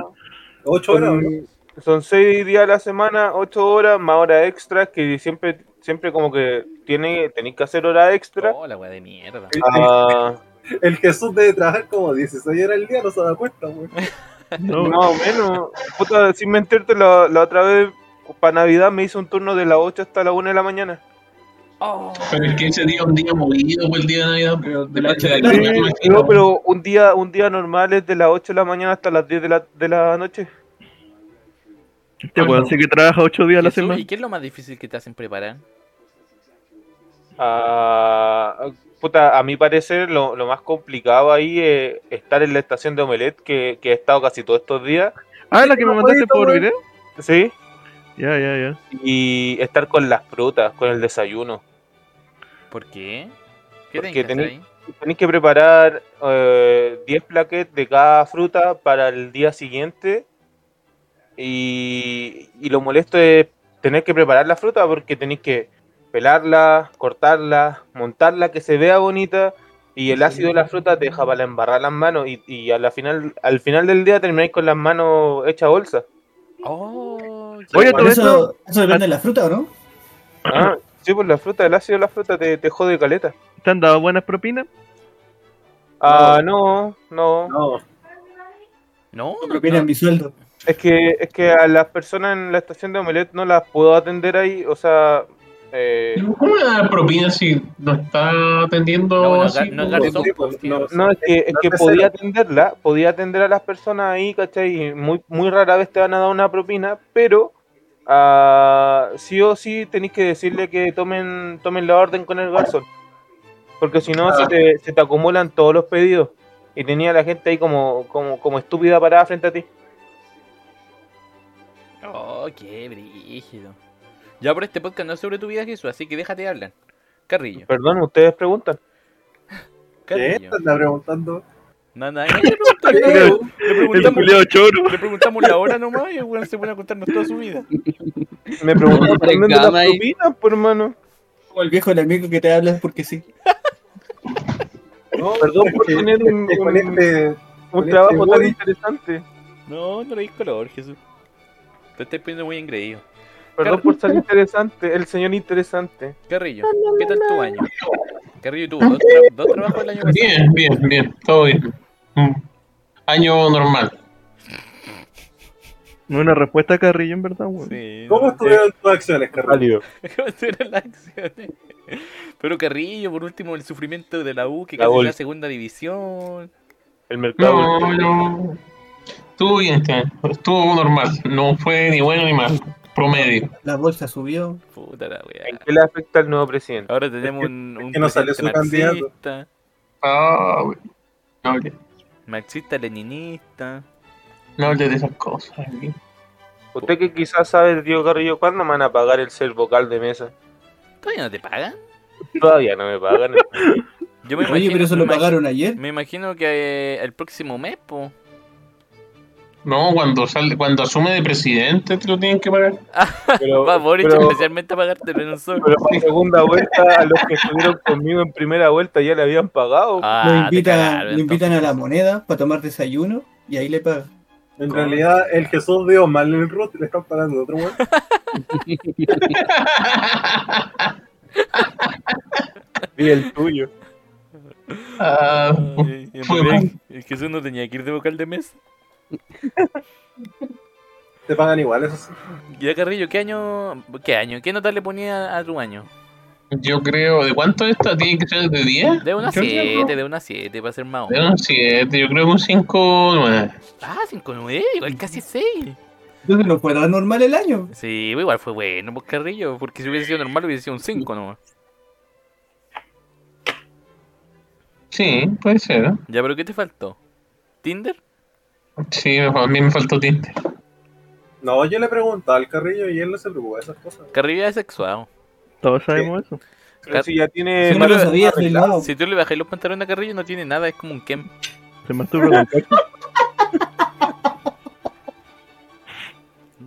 [SPEAKER 7] 8 horas,
[SPEAKER 3] Son,
[SPEAKER 7] weón.
[SPEAKER 3] son seis días a la semana, ocho horas, más horas extras, que siempre, siempre como que tiene, tenéis que hacer horas extra.
[SPEAKER 2] Oh, la wea de mierda.
[SPEAKER 3] Ah,
[SPEAKER 7] El Jesús debe trabajar como 16 horas al día, no se da cuenta, weón.
[SPEAKER 6] No,
[SPEAKER 3] Más o menos. Puta, sin mentirte, la, la otra vez, para Navidad, me hice un turno de las 8 hasta la 1 de la mañana.
[SPEAKER 4] Pero es que ese día es un día movido, fue el día de Navidad, pero de la noche de
[SPEAKER 1] Sí,
[SPEAKER 4] Navidad, me imagino.
[SPEAKER 3] No, pero un día, un día normal es de las 8 de la mañana hasta las 10 de la, de la noche.
[SPEAKER 6] este weón sí que trabaja 8 días a la
[SPEAKER 2] Jesús,
[SPEAKER 6] semana.
[SPEAKER 2] ¿Y qué es lo más difícil que te hacen preparar?
[SPEAKER 3] Ah, puta, a mi parecer, lo, lo más complicado ahí es estar en la estación de Omelette, que, que he estado casi todos estos días.
[SPEAKER 6] Ah, la que me mandaste por video.
[SPEAKER 3] Sí.
[SPEAKER 6] Ya, ya, ya.
[SPEAKER 3] Y estar con las frutas, con el desayuno.
[SPEAKER 2] ¿Por qué? ¿Qué
[SPEAKER 3] Porque
[SPEAKER 2] tenés que hacer
[SPEAKER 3] tení-
[SPEAKER 2] ahí?
[SPEAKER 3] Tenéis que preparar eh, 10 plaquettes de cada fruta para el día siguiente. Y, y lo molesto es tener que preparar la fruta porque tenéis que pelarla, cortarla, montarla, que se vea bonita. Y el ácido de la fruta te deja para embarrar las manos. Y, y a la final, al final del día termináis con las manos hechas bolsa.
[SPEAKER 2] Oh, qué guay.
[SPEAKER 6] Oye, todo
[SPEAKER 1] Pero eso, eso depende de la fruta, ¿o no?
[SPEAKER 3] Ah, sí, pues la fruta, el ácido de la fruta te, te jode caleta.
[SPEAKER 6] ¿Te han dado buenas propinas?
[SPEAKER 3] Ah, no, no.
[SPEAKER 7] No,
[SPEAKER 2] no, no,
[SPEAKER 1] Propinan mi sueldo.
[SPEAKER 3] Es que, es que a las personas en la estación de Omelette no las puedo atender ahí, o sea, eh,
[SPEAKER 4] ¿Cómo le da propina si no está atendiendo
[SPEAKER 2] No, no,
[SPEAKER 4] así?
[SPEAKER 2] no,
[SPEAKER 4] po,
[SPEAKER 2] garzón,
[SPEAKER 4] weón?
[SPEAKER 7] sí,
[SPEAKER 2] pues,
[SPEAKER 7] no,
[SPEAKER 2] tío,
[SPEAKER 7] no,
[SPEAKER 2] o sea,
[SPEAKER 3] no, es que, es que
[SPEAKER 7] Antes
[SPEAKER 3] podía
[SPEAKER 7] era.
[SPEAKER 3] atenderla, podía atender a las personas ahí, ¿cachai? Y muy, muy rara vez te van a dar una propina, pero ah, sí o sí tenéis que decirle que tomen, tomen la orden con el garzón, porque si no se, te, se te acumulan todos los pedidos y tenía la gente ahí como, como, como estúpida parada frente a ti.
[SPEAKER 2] Oh, qué brígido. Ya por este podcast no es sobre tu vida, Jesús, así que déjate hablar. Carrillo.
[SPEAKER 3] Perdón, ustedes preguntan.
[SPEAKER 7] ¿qué
[SPEAKER 2] Carrillo.
[SPEAKER 7] está preguntando?
[SPEAKER 2] No, no, no, le preguntan,
[SPEAKER 6] Pero-
[SPEAKER 2] le
[SPEAKER 6] El
[SPEAKER 2] preguntamos,
[SPEAKER 6] culiao choro.
[SPEAKER 2] le preguntamos la hora nomás y el weón se pone a contarnos toda su vida.
[SPEAKER 3] Me preguntan
[SPEAKER 5] No,
[SPEAKER 3] también de las
[SPEAKER 5] tengame ahí.
[SPEAKER 3] propinas, por hermano.
[SPEAKER 1] Como el viejo del amigo que te hablas porque sí.
[SPEAKER 7] [laughs] No,
[SPEAKER 3] Perdón por
[SPEAKER 7] que-
[SPEAKER 3] tener un,
[SPEAKER 7] que [laughs] con
[SPEAKER 3] un-
[SPEAKER 7] este-
[SPEAKER 3] un
[SPEAKER 7] con
[SPEAKER 3] trabajo
[SPEAKER 7] este
[SPEAKER 3] tan
[SPEAKER 7] body.
[SPEAKER 3] interesante.
[SPEAKER 2] No, no le dis color, Jesús. Te estás poniendo muy engreído.
[SPEAKER 3] Perdón
[SPEAKER 2] [laughs]
[SPEAKER 3] por ser interesante, el señor interesante.
[SPEAKER 2] Carrillo, ¿qué tal tu año? Carrillo, tú, dos, tra- dos trabajos el año pasado.
[SPEAKER 4] Bien, bien, bien, todo bien. Mm. Año normal.
[SPEAKER 6] No una respuesta a Carrillo, en verdad, weón.
[SPEAKER 2] Sí,
[SPEAKER 7] ¿Cómo
[SPEAKER 2] no.
[SPEAKER 7] estuvieron tus acciones, Carlos?
[SPEAKER 2] [laughs] ¿Cómo estuvieron las acciones? Pero Carrillo, por último, el sufrimiento de la U, que
[SPEAKER 3] La
[SPEAKER 2] casi
[SPEAKER 3] bol-
[SPEAKER 2] la segunda división.
[SPEAKER 3] El
[SPEAKER 4] No,
[SPEAKER 3] mercado.
[SPEAKER 4] no. Estuvo bien, este año. estuvo normal. No fue ni bueno ni mal. Promedio.
[SPEAKER 1] La bolsa subió.
[SPEAKER 2] Puta la weá.
[SPEAKER 3] ¿En qué le afecta al nuevo presidente?
[SPEAKER 2] Ahora tenemos un, un
[SPEAKER 7] que no salió
[SPEAKER 2] presidente
[SPEAKER 7] su candidato.
[SPEAKER 2] marxista,
[SPEAKER 4] Ah, güey. no hables
[SPEAKER 2] marxista, leninista.
[SPEAKER 4] no hables de esas cosas. güey.
[SPEAKER 3] Usted que quizás sabe, Diego Carrillo, ¿cuándo me van a pagar el ser vocal de mesa?
[SPEAKER 2] ¿Todavía no te pagan?
[SPEAKER 3] Todavía no
[SPEAKER 2] [laughs]
[SPEAKER 3] me pagan.
[SPEAKER 2] Yo me
[SPEAKER 1] Oye, pero eso
[SPEAKER 2] me
[SPEAKER 1] lo
[SPEAKER 2] imagi-
[SPEAKER 1] pagaron ayer.
[SPEAKER 2] Me imagino que eh, el próximo mes, po.
[SPEAKER 4] No, cuando sale, cuando asume de presidente te lo tienen que pagar.
[SPEAKER 3] Pero,
[SPEAKER 2] Va Boric
[SPEAKER 3] Oh, pero-
[SPEAKER 2] especialmente a pagártelo en un solo.
[SPEAKER 3] pero para segunda vuelta, a los que estuvieron conmigo en primera vuelta ya le habían pagado.
[SPEAKER 2] Ah,
[SPEAKER 1] lo
[SPEAKER 2] te
[SPEAKER 1] invitan,
[SPEAKER 2] cagaron,
[SPEAKER 1] lo invitan a la
[SPEAKER 2] entonces.
[SPEAKER 1] moneda para tomar desayuno y ahí le pagan.
[SPEAKER 7] En realidad, el Jesús dio mal el root y le están pagando a otro
[SPEAKER 3] [laughs]
[SPEAKER 7] weón.
[SPEAKER 3] Y el tuyo.
[SPEAKER 4] Ah,
[SPEAKER 2] Ay, en
[SPEAKER 4] Fue
[SPEAKER 2] realidad,
[SPEAKER 4] mal.
[SPEAKER 2] Es que eso no tenía que ir de vocal de mes.
[SPEAKER 7] Te pagan igual, eso sí.
[SPEAKER 2] Ya Carrillo, ¿qué año? ¿Qué año? ¿Qué nota le ponía a tu año?
[SPEAKER 4] yo creo, ¿de cuánto esta? ¿Tiene que ser de 10?
[SPEAKER 2] De una
[SPEAKER 4] Yo creo-
[SPEAKER 2] 7, de una 7, para ser más o
[SPEAKER 4] De
[SPEAKER 2] menos.
[SPEAKER 4] un 7, eh, yo creo que un 5 9.
[SPEAKER 2] Ah, 5 9, igual casi 6.
[SPEAKER 1] Entonces no fue tan normal el año.
[SPEAKER 2] Sí, igual fue bueno, pues Carrillo, porque si hubiese sido normal hubiese sido un 5 nomás.
[SPEAKER 4] Sí, puede ser. ¿eh?
[SPEAKER 2] Ya, pero ¿qué te faltó? ¿Tinder?
[SPEAKER 4] Sí, me fal- a mí me faltó tinte.
[SPEAKER 7] No, yo le preguntaba al Carrillo y él no se preocupa de esas cosas.
[SPEAKER 2] Carrillo es sexuado.
[SPEAKER 6] Todos sabemos eso.
[SPEAKER 3] Pero si ya tiene.
[SPEAKER 1] Yo no lo sabía del
[SPEAKER 3] arreglado.
[SPEAKER 1] lado.
[SPEAKER 2] Si tú le bajas los pantalones a Carrillo no tiene nada, es como un Kem.
[SPEAKER 6] Se masturba con cacho.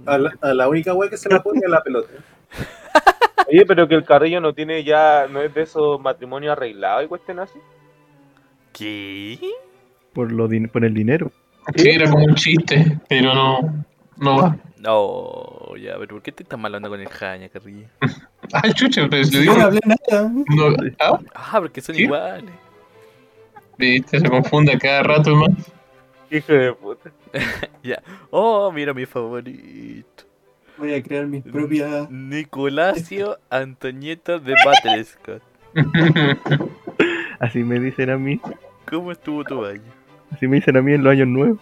[SPEAKER 7] A la, a la única weá que se la pone es la pelota.
[SPEAKER 3] Oye, pero que el Carrillo no tiene ya, no es de esos matrimonios arreglados y cuestión así.
[SPEAKER 2] ¿Qué?
[SPEAKER 6] Por, lo din- por el dinero.
[SPEAKER 4] Sí, era como un chiste, pero no, no va. [laughs]
[SPEAKER 2] No, ya, pero ¿por qué te estás malando con el Jaña, Carrillo?
[SPEAKER 4] Ah, chucha, pues le
[SPEAKER 1] Yo
[SPEAKER 4] digo.
[SPEAKER 1] no hablé nada.
[SPEAKER 4] No, ah,
[SPEAKER 2] Ah, porque son
[SPEAKER 4] ¿Sí?
[SPEAKER 2] iguales.
[SPEAKER 4] viste, se confunde cada rato
[SPEAKER 6] [laughs]
[SPEAKER 4] más.
[SPEAKER 3] Hijo de puta.
[SPEAKER 2] Oh, mira mi favorito.
[SPEAKER 1] Voy a crear mis propias.
[SPEAKER 2] Nicolasio Antonieta de Battlescott.
[SPEAKER 6] Así me dicen a mí.
[SPEAKER 2] ¿Cómo estuvo tu baño?
[SPEAKER 6] Así me dicen a mí en los años nuevos.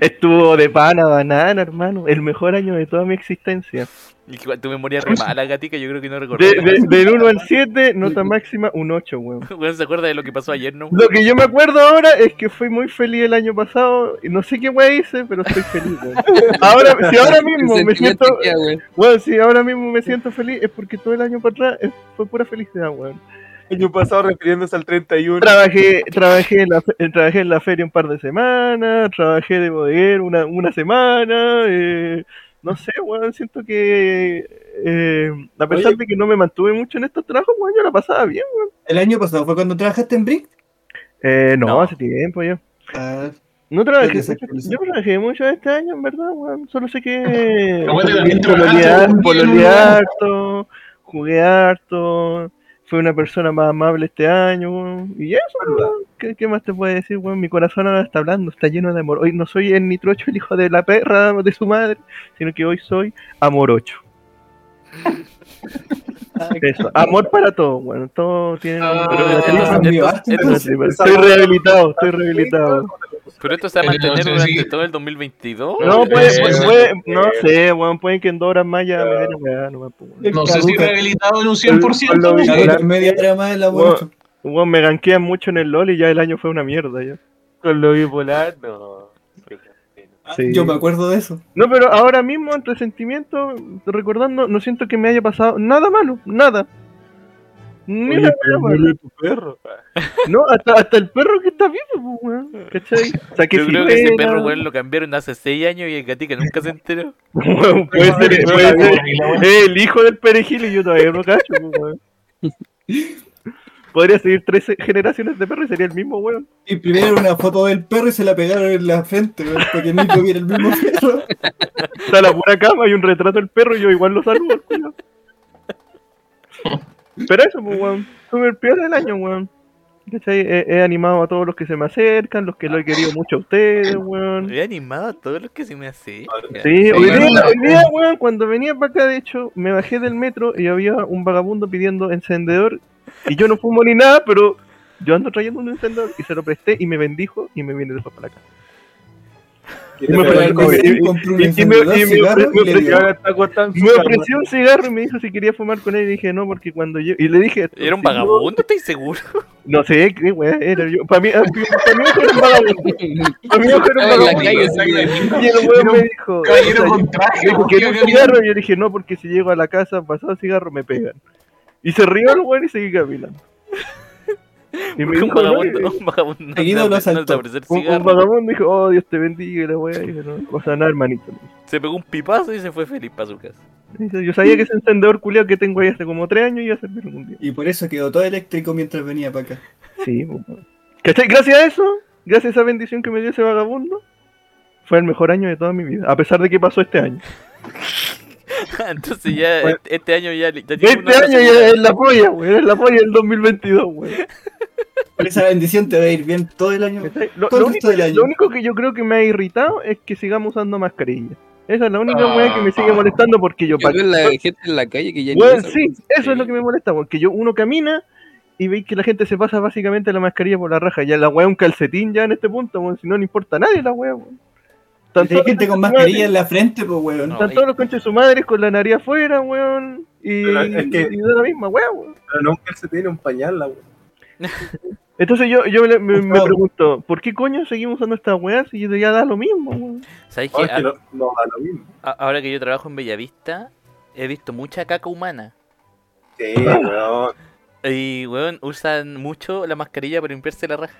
[SPEAKER 6] Estuvo de pana, banana, hermano. El mejor año de toda mi existencia.
[SPEAKER 2] Y que tu memoria es re mala, gatica, yo creo que no recordé.
[SPEAKER 6] De- de- del 1 al 7, nota máxima un 8, weón.
[SPEAKER 2] Weón, ¿se acuerda de lo que pasó ayer, no?
[SPEAKER 6] Lo que yo me acuerdo ahora es que fui muy feliz el año pasado. y No sé qué weón hice, pero estoy feliz, weón. Ahora, si [laughs] ahora mismo me siento. [laughs] Weón, si ahora mismo me siento feliz es porque todo el año para atrás eh, fue pura felicidad, weón.
[SPEAKER 3] [laughs] El año pasado refiriéndose al 31.
[SPEAKER 6] Trabajé, trabajé, en la, fe- eh, trabajé en la feria un par de semanas, trabajé de bodeguero una, una semana, eh, no sé, weón, siento que eh, a pesar
[SPEAKER 7] Oye.
[SPEAKER 6] de que no me mantuve mucho en estos trabajos, weón, yo la pasaba bien.
[SPEAKER 1] El año pasado fue cuando trabajaste en Brick.
[SPEAKER 6] Eh, no,
[SPEAKER 2] No.
[SPEAKER 6] hace tiempo ya.
[SPEAKER 1] Ah,
[SPEAKER 6] No trabajé,
[SPEAKER 1] Creo que se actualizó.
[SPEAKER 6] yo trabajé mucho este año, en verdad, weón, solo sé que
[SPEAKER 4] Pero bueno, también
[SPEAKER 6] pololeé-
[SPEAKER 4] trabajaste un día,
[SPEAKER 6] pololeé
[SPEAKER 4] ¿no?
[SPEAKER 6] harto, jugué harto, fui una persona más amable este año, weón, y eso, weón, ¿qué, qué más te puedo decir, weón? Mi corazón ahora está hablando, está lleno de amor. Hoy no soy el nitrocho, el hijo de la perra de su madre, sino que hoy soy amorocho. Eso, amor para todo, weón, todo tiene...
[SPEAKER 4] Ah,
[SPEAKER 6] pero me
[SPEAKER 4] entonces-
[SPEAKER 6] atriba-
[SPEAKER 1] ah, mi Basti,
[SPEAKER 6] me
[SPEAKER 1] entonces.
[SPEAKER 6] atriba. Estoy rehabilitado, estoy rehabilitado.
[SPEAKER 2] Pero esto se va a
[SPEAKER 4] Pero no
[SPEAKER 2] mantener
[SPEAKER 4] sé
[SPEAKER 2] durante
[SPEAKER 4] si-
[SPEAKER 2] todo el 2022.
[SPEAKER 6] No,
[SPEAKER 3] Eh,
[SPEAKER 6] pues, pues,
[SPEAKER 4] eh,
[SPEAKER 6] pues,
[SPEAKER 3] eh,
[SPEAKER 6] no sé, weón, pueden que en dos horas más ya me den la weá, no más, pues, weón.
[SPEAKER 4] No sé si
[SPEAKER 1] Caduca.
[SPEAKER 4] rehabilitado en un
[SPEAKER 6] Con lo-
[SPEAKER 4] 100%. [laughs]
[SPEAKER 1] Caduca media hora más el abuelo.
[SPEAKER 6] Weón, me ganquean mucho en el LOL y ya el año fue una mierda ya.
[SPEAKER 3] Con lo bipolar, no.
[SPEAKER 1] Ah,
[SPEAKER 6] Sí.
[SPEAKER 1] Yo me acuerdo de eso.
[SPEAKER 6] No, pero ahora mismo, entre sentimientos, recordando, no siento que me haya pasado nada malo, nada. Ni una wea mala.
[SPEAKER 3] tu perro.
[SPEAKER 6] No, hasta, hasta el perro que está vivo, pues, weón. ¿Cachai? O sea, que
[SPEAKER 2] yo
[SPEAKER 6] si
[SPEAKER 2] creo que ese
[SPEAKER 6] fuera-
[SPEAKER 2] perro, weón, lo cambiaron hace 6 años y el gatica nunca se enteró.
[SPEAKER 6] Weón, puede ser, puede ser.
[SPEAKER 4] [laughs]
[SPEAKER 6] Eh, el hijo del perejil y yo todavía no cacho, pues, weón.
[SPEAKER 2] [laughs]
[SPEAKER 6] Podría seguir tres generaciones de perro y sería el mismo, weón.
[SPEAKER 1] Y primero era una foto del perro y se la pegaron en la frente, weón, para que Nico viera el mismo
[SPEAKER 6] [laughs]
[SPEAKER 1] perro.
[SPEAKER 6] Está la pura cama y un retrato del perro y yo igual lo saludo, al culo. Pero eso, pues, weón. Fue el peor del año, weón. ¿Cachai? He, he animado a todos los que se me acercan, los que lo he querido mucho a ustedes, weón.
[SPEAKER 2] Me he animado a todos los que se me hace.
[SPEAKER 6] Sí, hoy
[SPEAKER 4] bueno,
[SPEAKER 6] día,
[SPEAKER 4] la-
[SPEAKER 6] hoy día, weón, cuando venía para acá, de hecho, me bajé del metro y había un vagabundo pidiendo encendedor. Y yo no fumo ni nada, pero yo ando trayendo un encendedor y se lo presté y me bendijo y me viene después para acá.
[SPEAKER 7] Y
[SPEAKER 6] Me
[SPEAKER 7] me
[SPEAKER 6] parece
[SPEAKER 7] pegó
[SPEAKER 1] Pero
[SPEAKER 6] el
[SPEAKER 7] el
[SPEAKER 1] el
[SPEAKER 6] COVID.
[SPEAKER 1] vecino compró
[SPEAKER 7] COVID.
[SPEAKER 1] un
[SPEAKER 6] Y- y me-
[SPEAKER 1] encendedor,
[SPEAKER 6] y me-
[SPEAKER 1] cigarro
[SPEAKER 6] me-
[SPEAKER 1] y le dio.
[SPEAKER 6] Me ofreció un cigarro y me dijo si quería fumar con él y dije no porque cuando yo y le dije
[SPEAKER 2] ¿Era un
[SPEAKER 6] si no-
[SPEAKER 2] vagabundo? ¿Estás seguro?
[SPEAKER 6] No sé qué weá era yo. Para mí, para mí era un vagabundo. Para mí era un
[SPEAKER 5] Estaba en la
[SPEAKER 6] vagabundo.
[SPEAKER 5] calle,
[SPEAKER 6] Y el weón me dijo.
[SPEAKER 4] Caballero
[SPEAKER 6] "Puta,
[SPEAKER 4] con traje,
[SPEAKER 6] yo-
[SPEAKER 4] porque
[SPEAKER 6] ¿quería un
[SPEAKER 4] iba
[SPEAKER 6] cigarro? Y yo le dije, no, porque si llego a la casa pasado cigarro me pegan. Y se rió el weón y seguí caminando. Y
[SPEAKER 2] [laughs]
[SPEAKER 6] me
[SPEAKER 2] Un
[SPEAKER 6] dijo, "No,
[SPEAKER 2] vagabundo,
[SPEAKER 6] eh,
[SPEAKER 2] un vagabundo. no
[SPEAKER 1] Seguido
[SPEAKER 2] te va a- no te
[SPEAKER 1] lo
[SPEAKER 2] va a
[SPEAKER 1] asaltó.
[SPEAKER 2] ofrecer
[SPEAKER 6] un, un
[SPEAKER 2] cigarro.
[SPEAKER 6] vagabundo dijo, oh Dios te bendiga y la weá. Y dije, no, o sea, nada, hermanito.
[SPEAKER 2] Se pegó un pipazo y se fue feliz para su casa.
[SPEAKER 6] Dice, Yo sabía que ese encendedor culiao que tengo ahí hace como tres años iba a servir algún día.
[SPEAKER 1] Y por eso quedó todo eléctrico mientras venía para acá.
[SPEAKER 6] Sí, po, weón. ¿Cachai? Gracias a eso, gracias a esa bendición que me dio ese vagabundo, fue el mejor año de toda mi vida, a pesar de que pasó este año.
[SPEAKER 2] [laughs] Entonces ya,
[SPEAKER 6] Bueno.
[SPEAKER 2] este- este año ya. ya tiene una
[SPEAKER 6] Este año
[SPEAKER 2] segura.
[SPEAKER 6] ya es la polla, güey, es la polla del 2022, güey.
[SPEAKER 1] Por esa bendición te va a ir bien todo el año.
[SPEAKER 6] ¿Cachai? Lo,
[SPEAKER 1] Todo
[SPEAKER 6] lo
[SPEAKER 1] el
[SPEAKER 6] único,
[SPEAKER 1] resto del año.
[SPEAKER 6] lo único que yo creo que me ha irritado es que sigamos usando mascarilla. Esa es la única
[SPEAKER 4] Ah.
[SPEAKER 6] weá que me sigue molestando porque yo...
[SPEAKER 5] Yo
[SPEAKER 6] pa-
[SPEAKER 5] veo la gente en la calle que ya ni
[SPEAKER 6] Weón,
[SPEAKER 5] usa,
[SPEAKER 6] sí, eso es lo
[SPEAKER 5] Sí.
[SPEAKER 6] que me molesta, porque yo uno camina y veis que la gente se pasa básicamente la mascarilla por la raja. Ya la weá es un calcetín ya en este punto, weón, si no le importa a nadie la weá, weón. Están
[SPEAKER 1] Hay
[SPEAKER 6] todos
[SPEAKER 1] gente con
[SPEAKER 6] los
[SPEAKER 1] mascarilla en la frente, pues, weón.
[SPEAKER 2] No.
[SPEAKER 6] Están todos los conches de su madre con la nariz afuera, weón. Y,
[SPEAKER 7] Pero es que-
[SPEAKER 6] y da la misma, weón. weón.
[SPEAKER 7] Pero nunca se tiene un pañal, la wea.
[SPEAKER 6] Entonces yo, yo me, me-
[SPEAKER 1] Por
[SPEAKER 6] me
[SPEAKER 1] favor.
[SPEAKER 6] pregunto, ¿por qué coño seguimos usando esta weá si ya da lo mismo, weón?
[SPEAKER 2] ¿Sabes
[SPEAKER 7] No,
[SPEAKER 2] qué?
[SPEAKER 7] es
[SPEAKER 1] ah,
[SPEAKER 7] que no, no da lo mismo.
[SPEAKER 2] A- Ahora que yo trabajo en Bellavista, he visto mucha caca humana.
[SPEAKER 3] [laughs]
[SPEAKER 7] Sí, weón.
[SPEAKER 2] Y, weón, usan mucho la mascarilla para limpiarse la raja.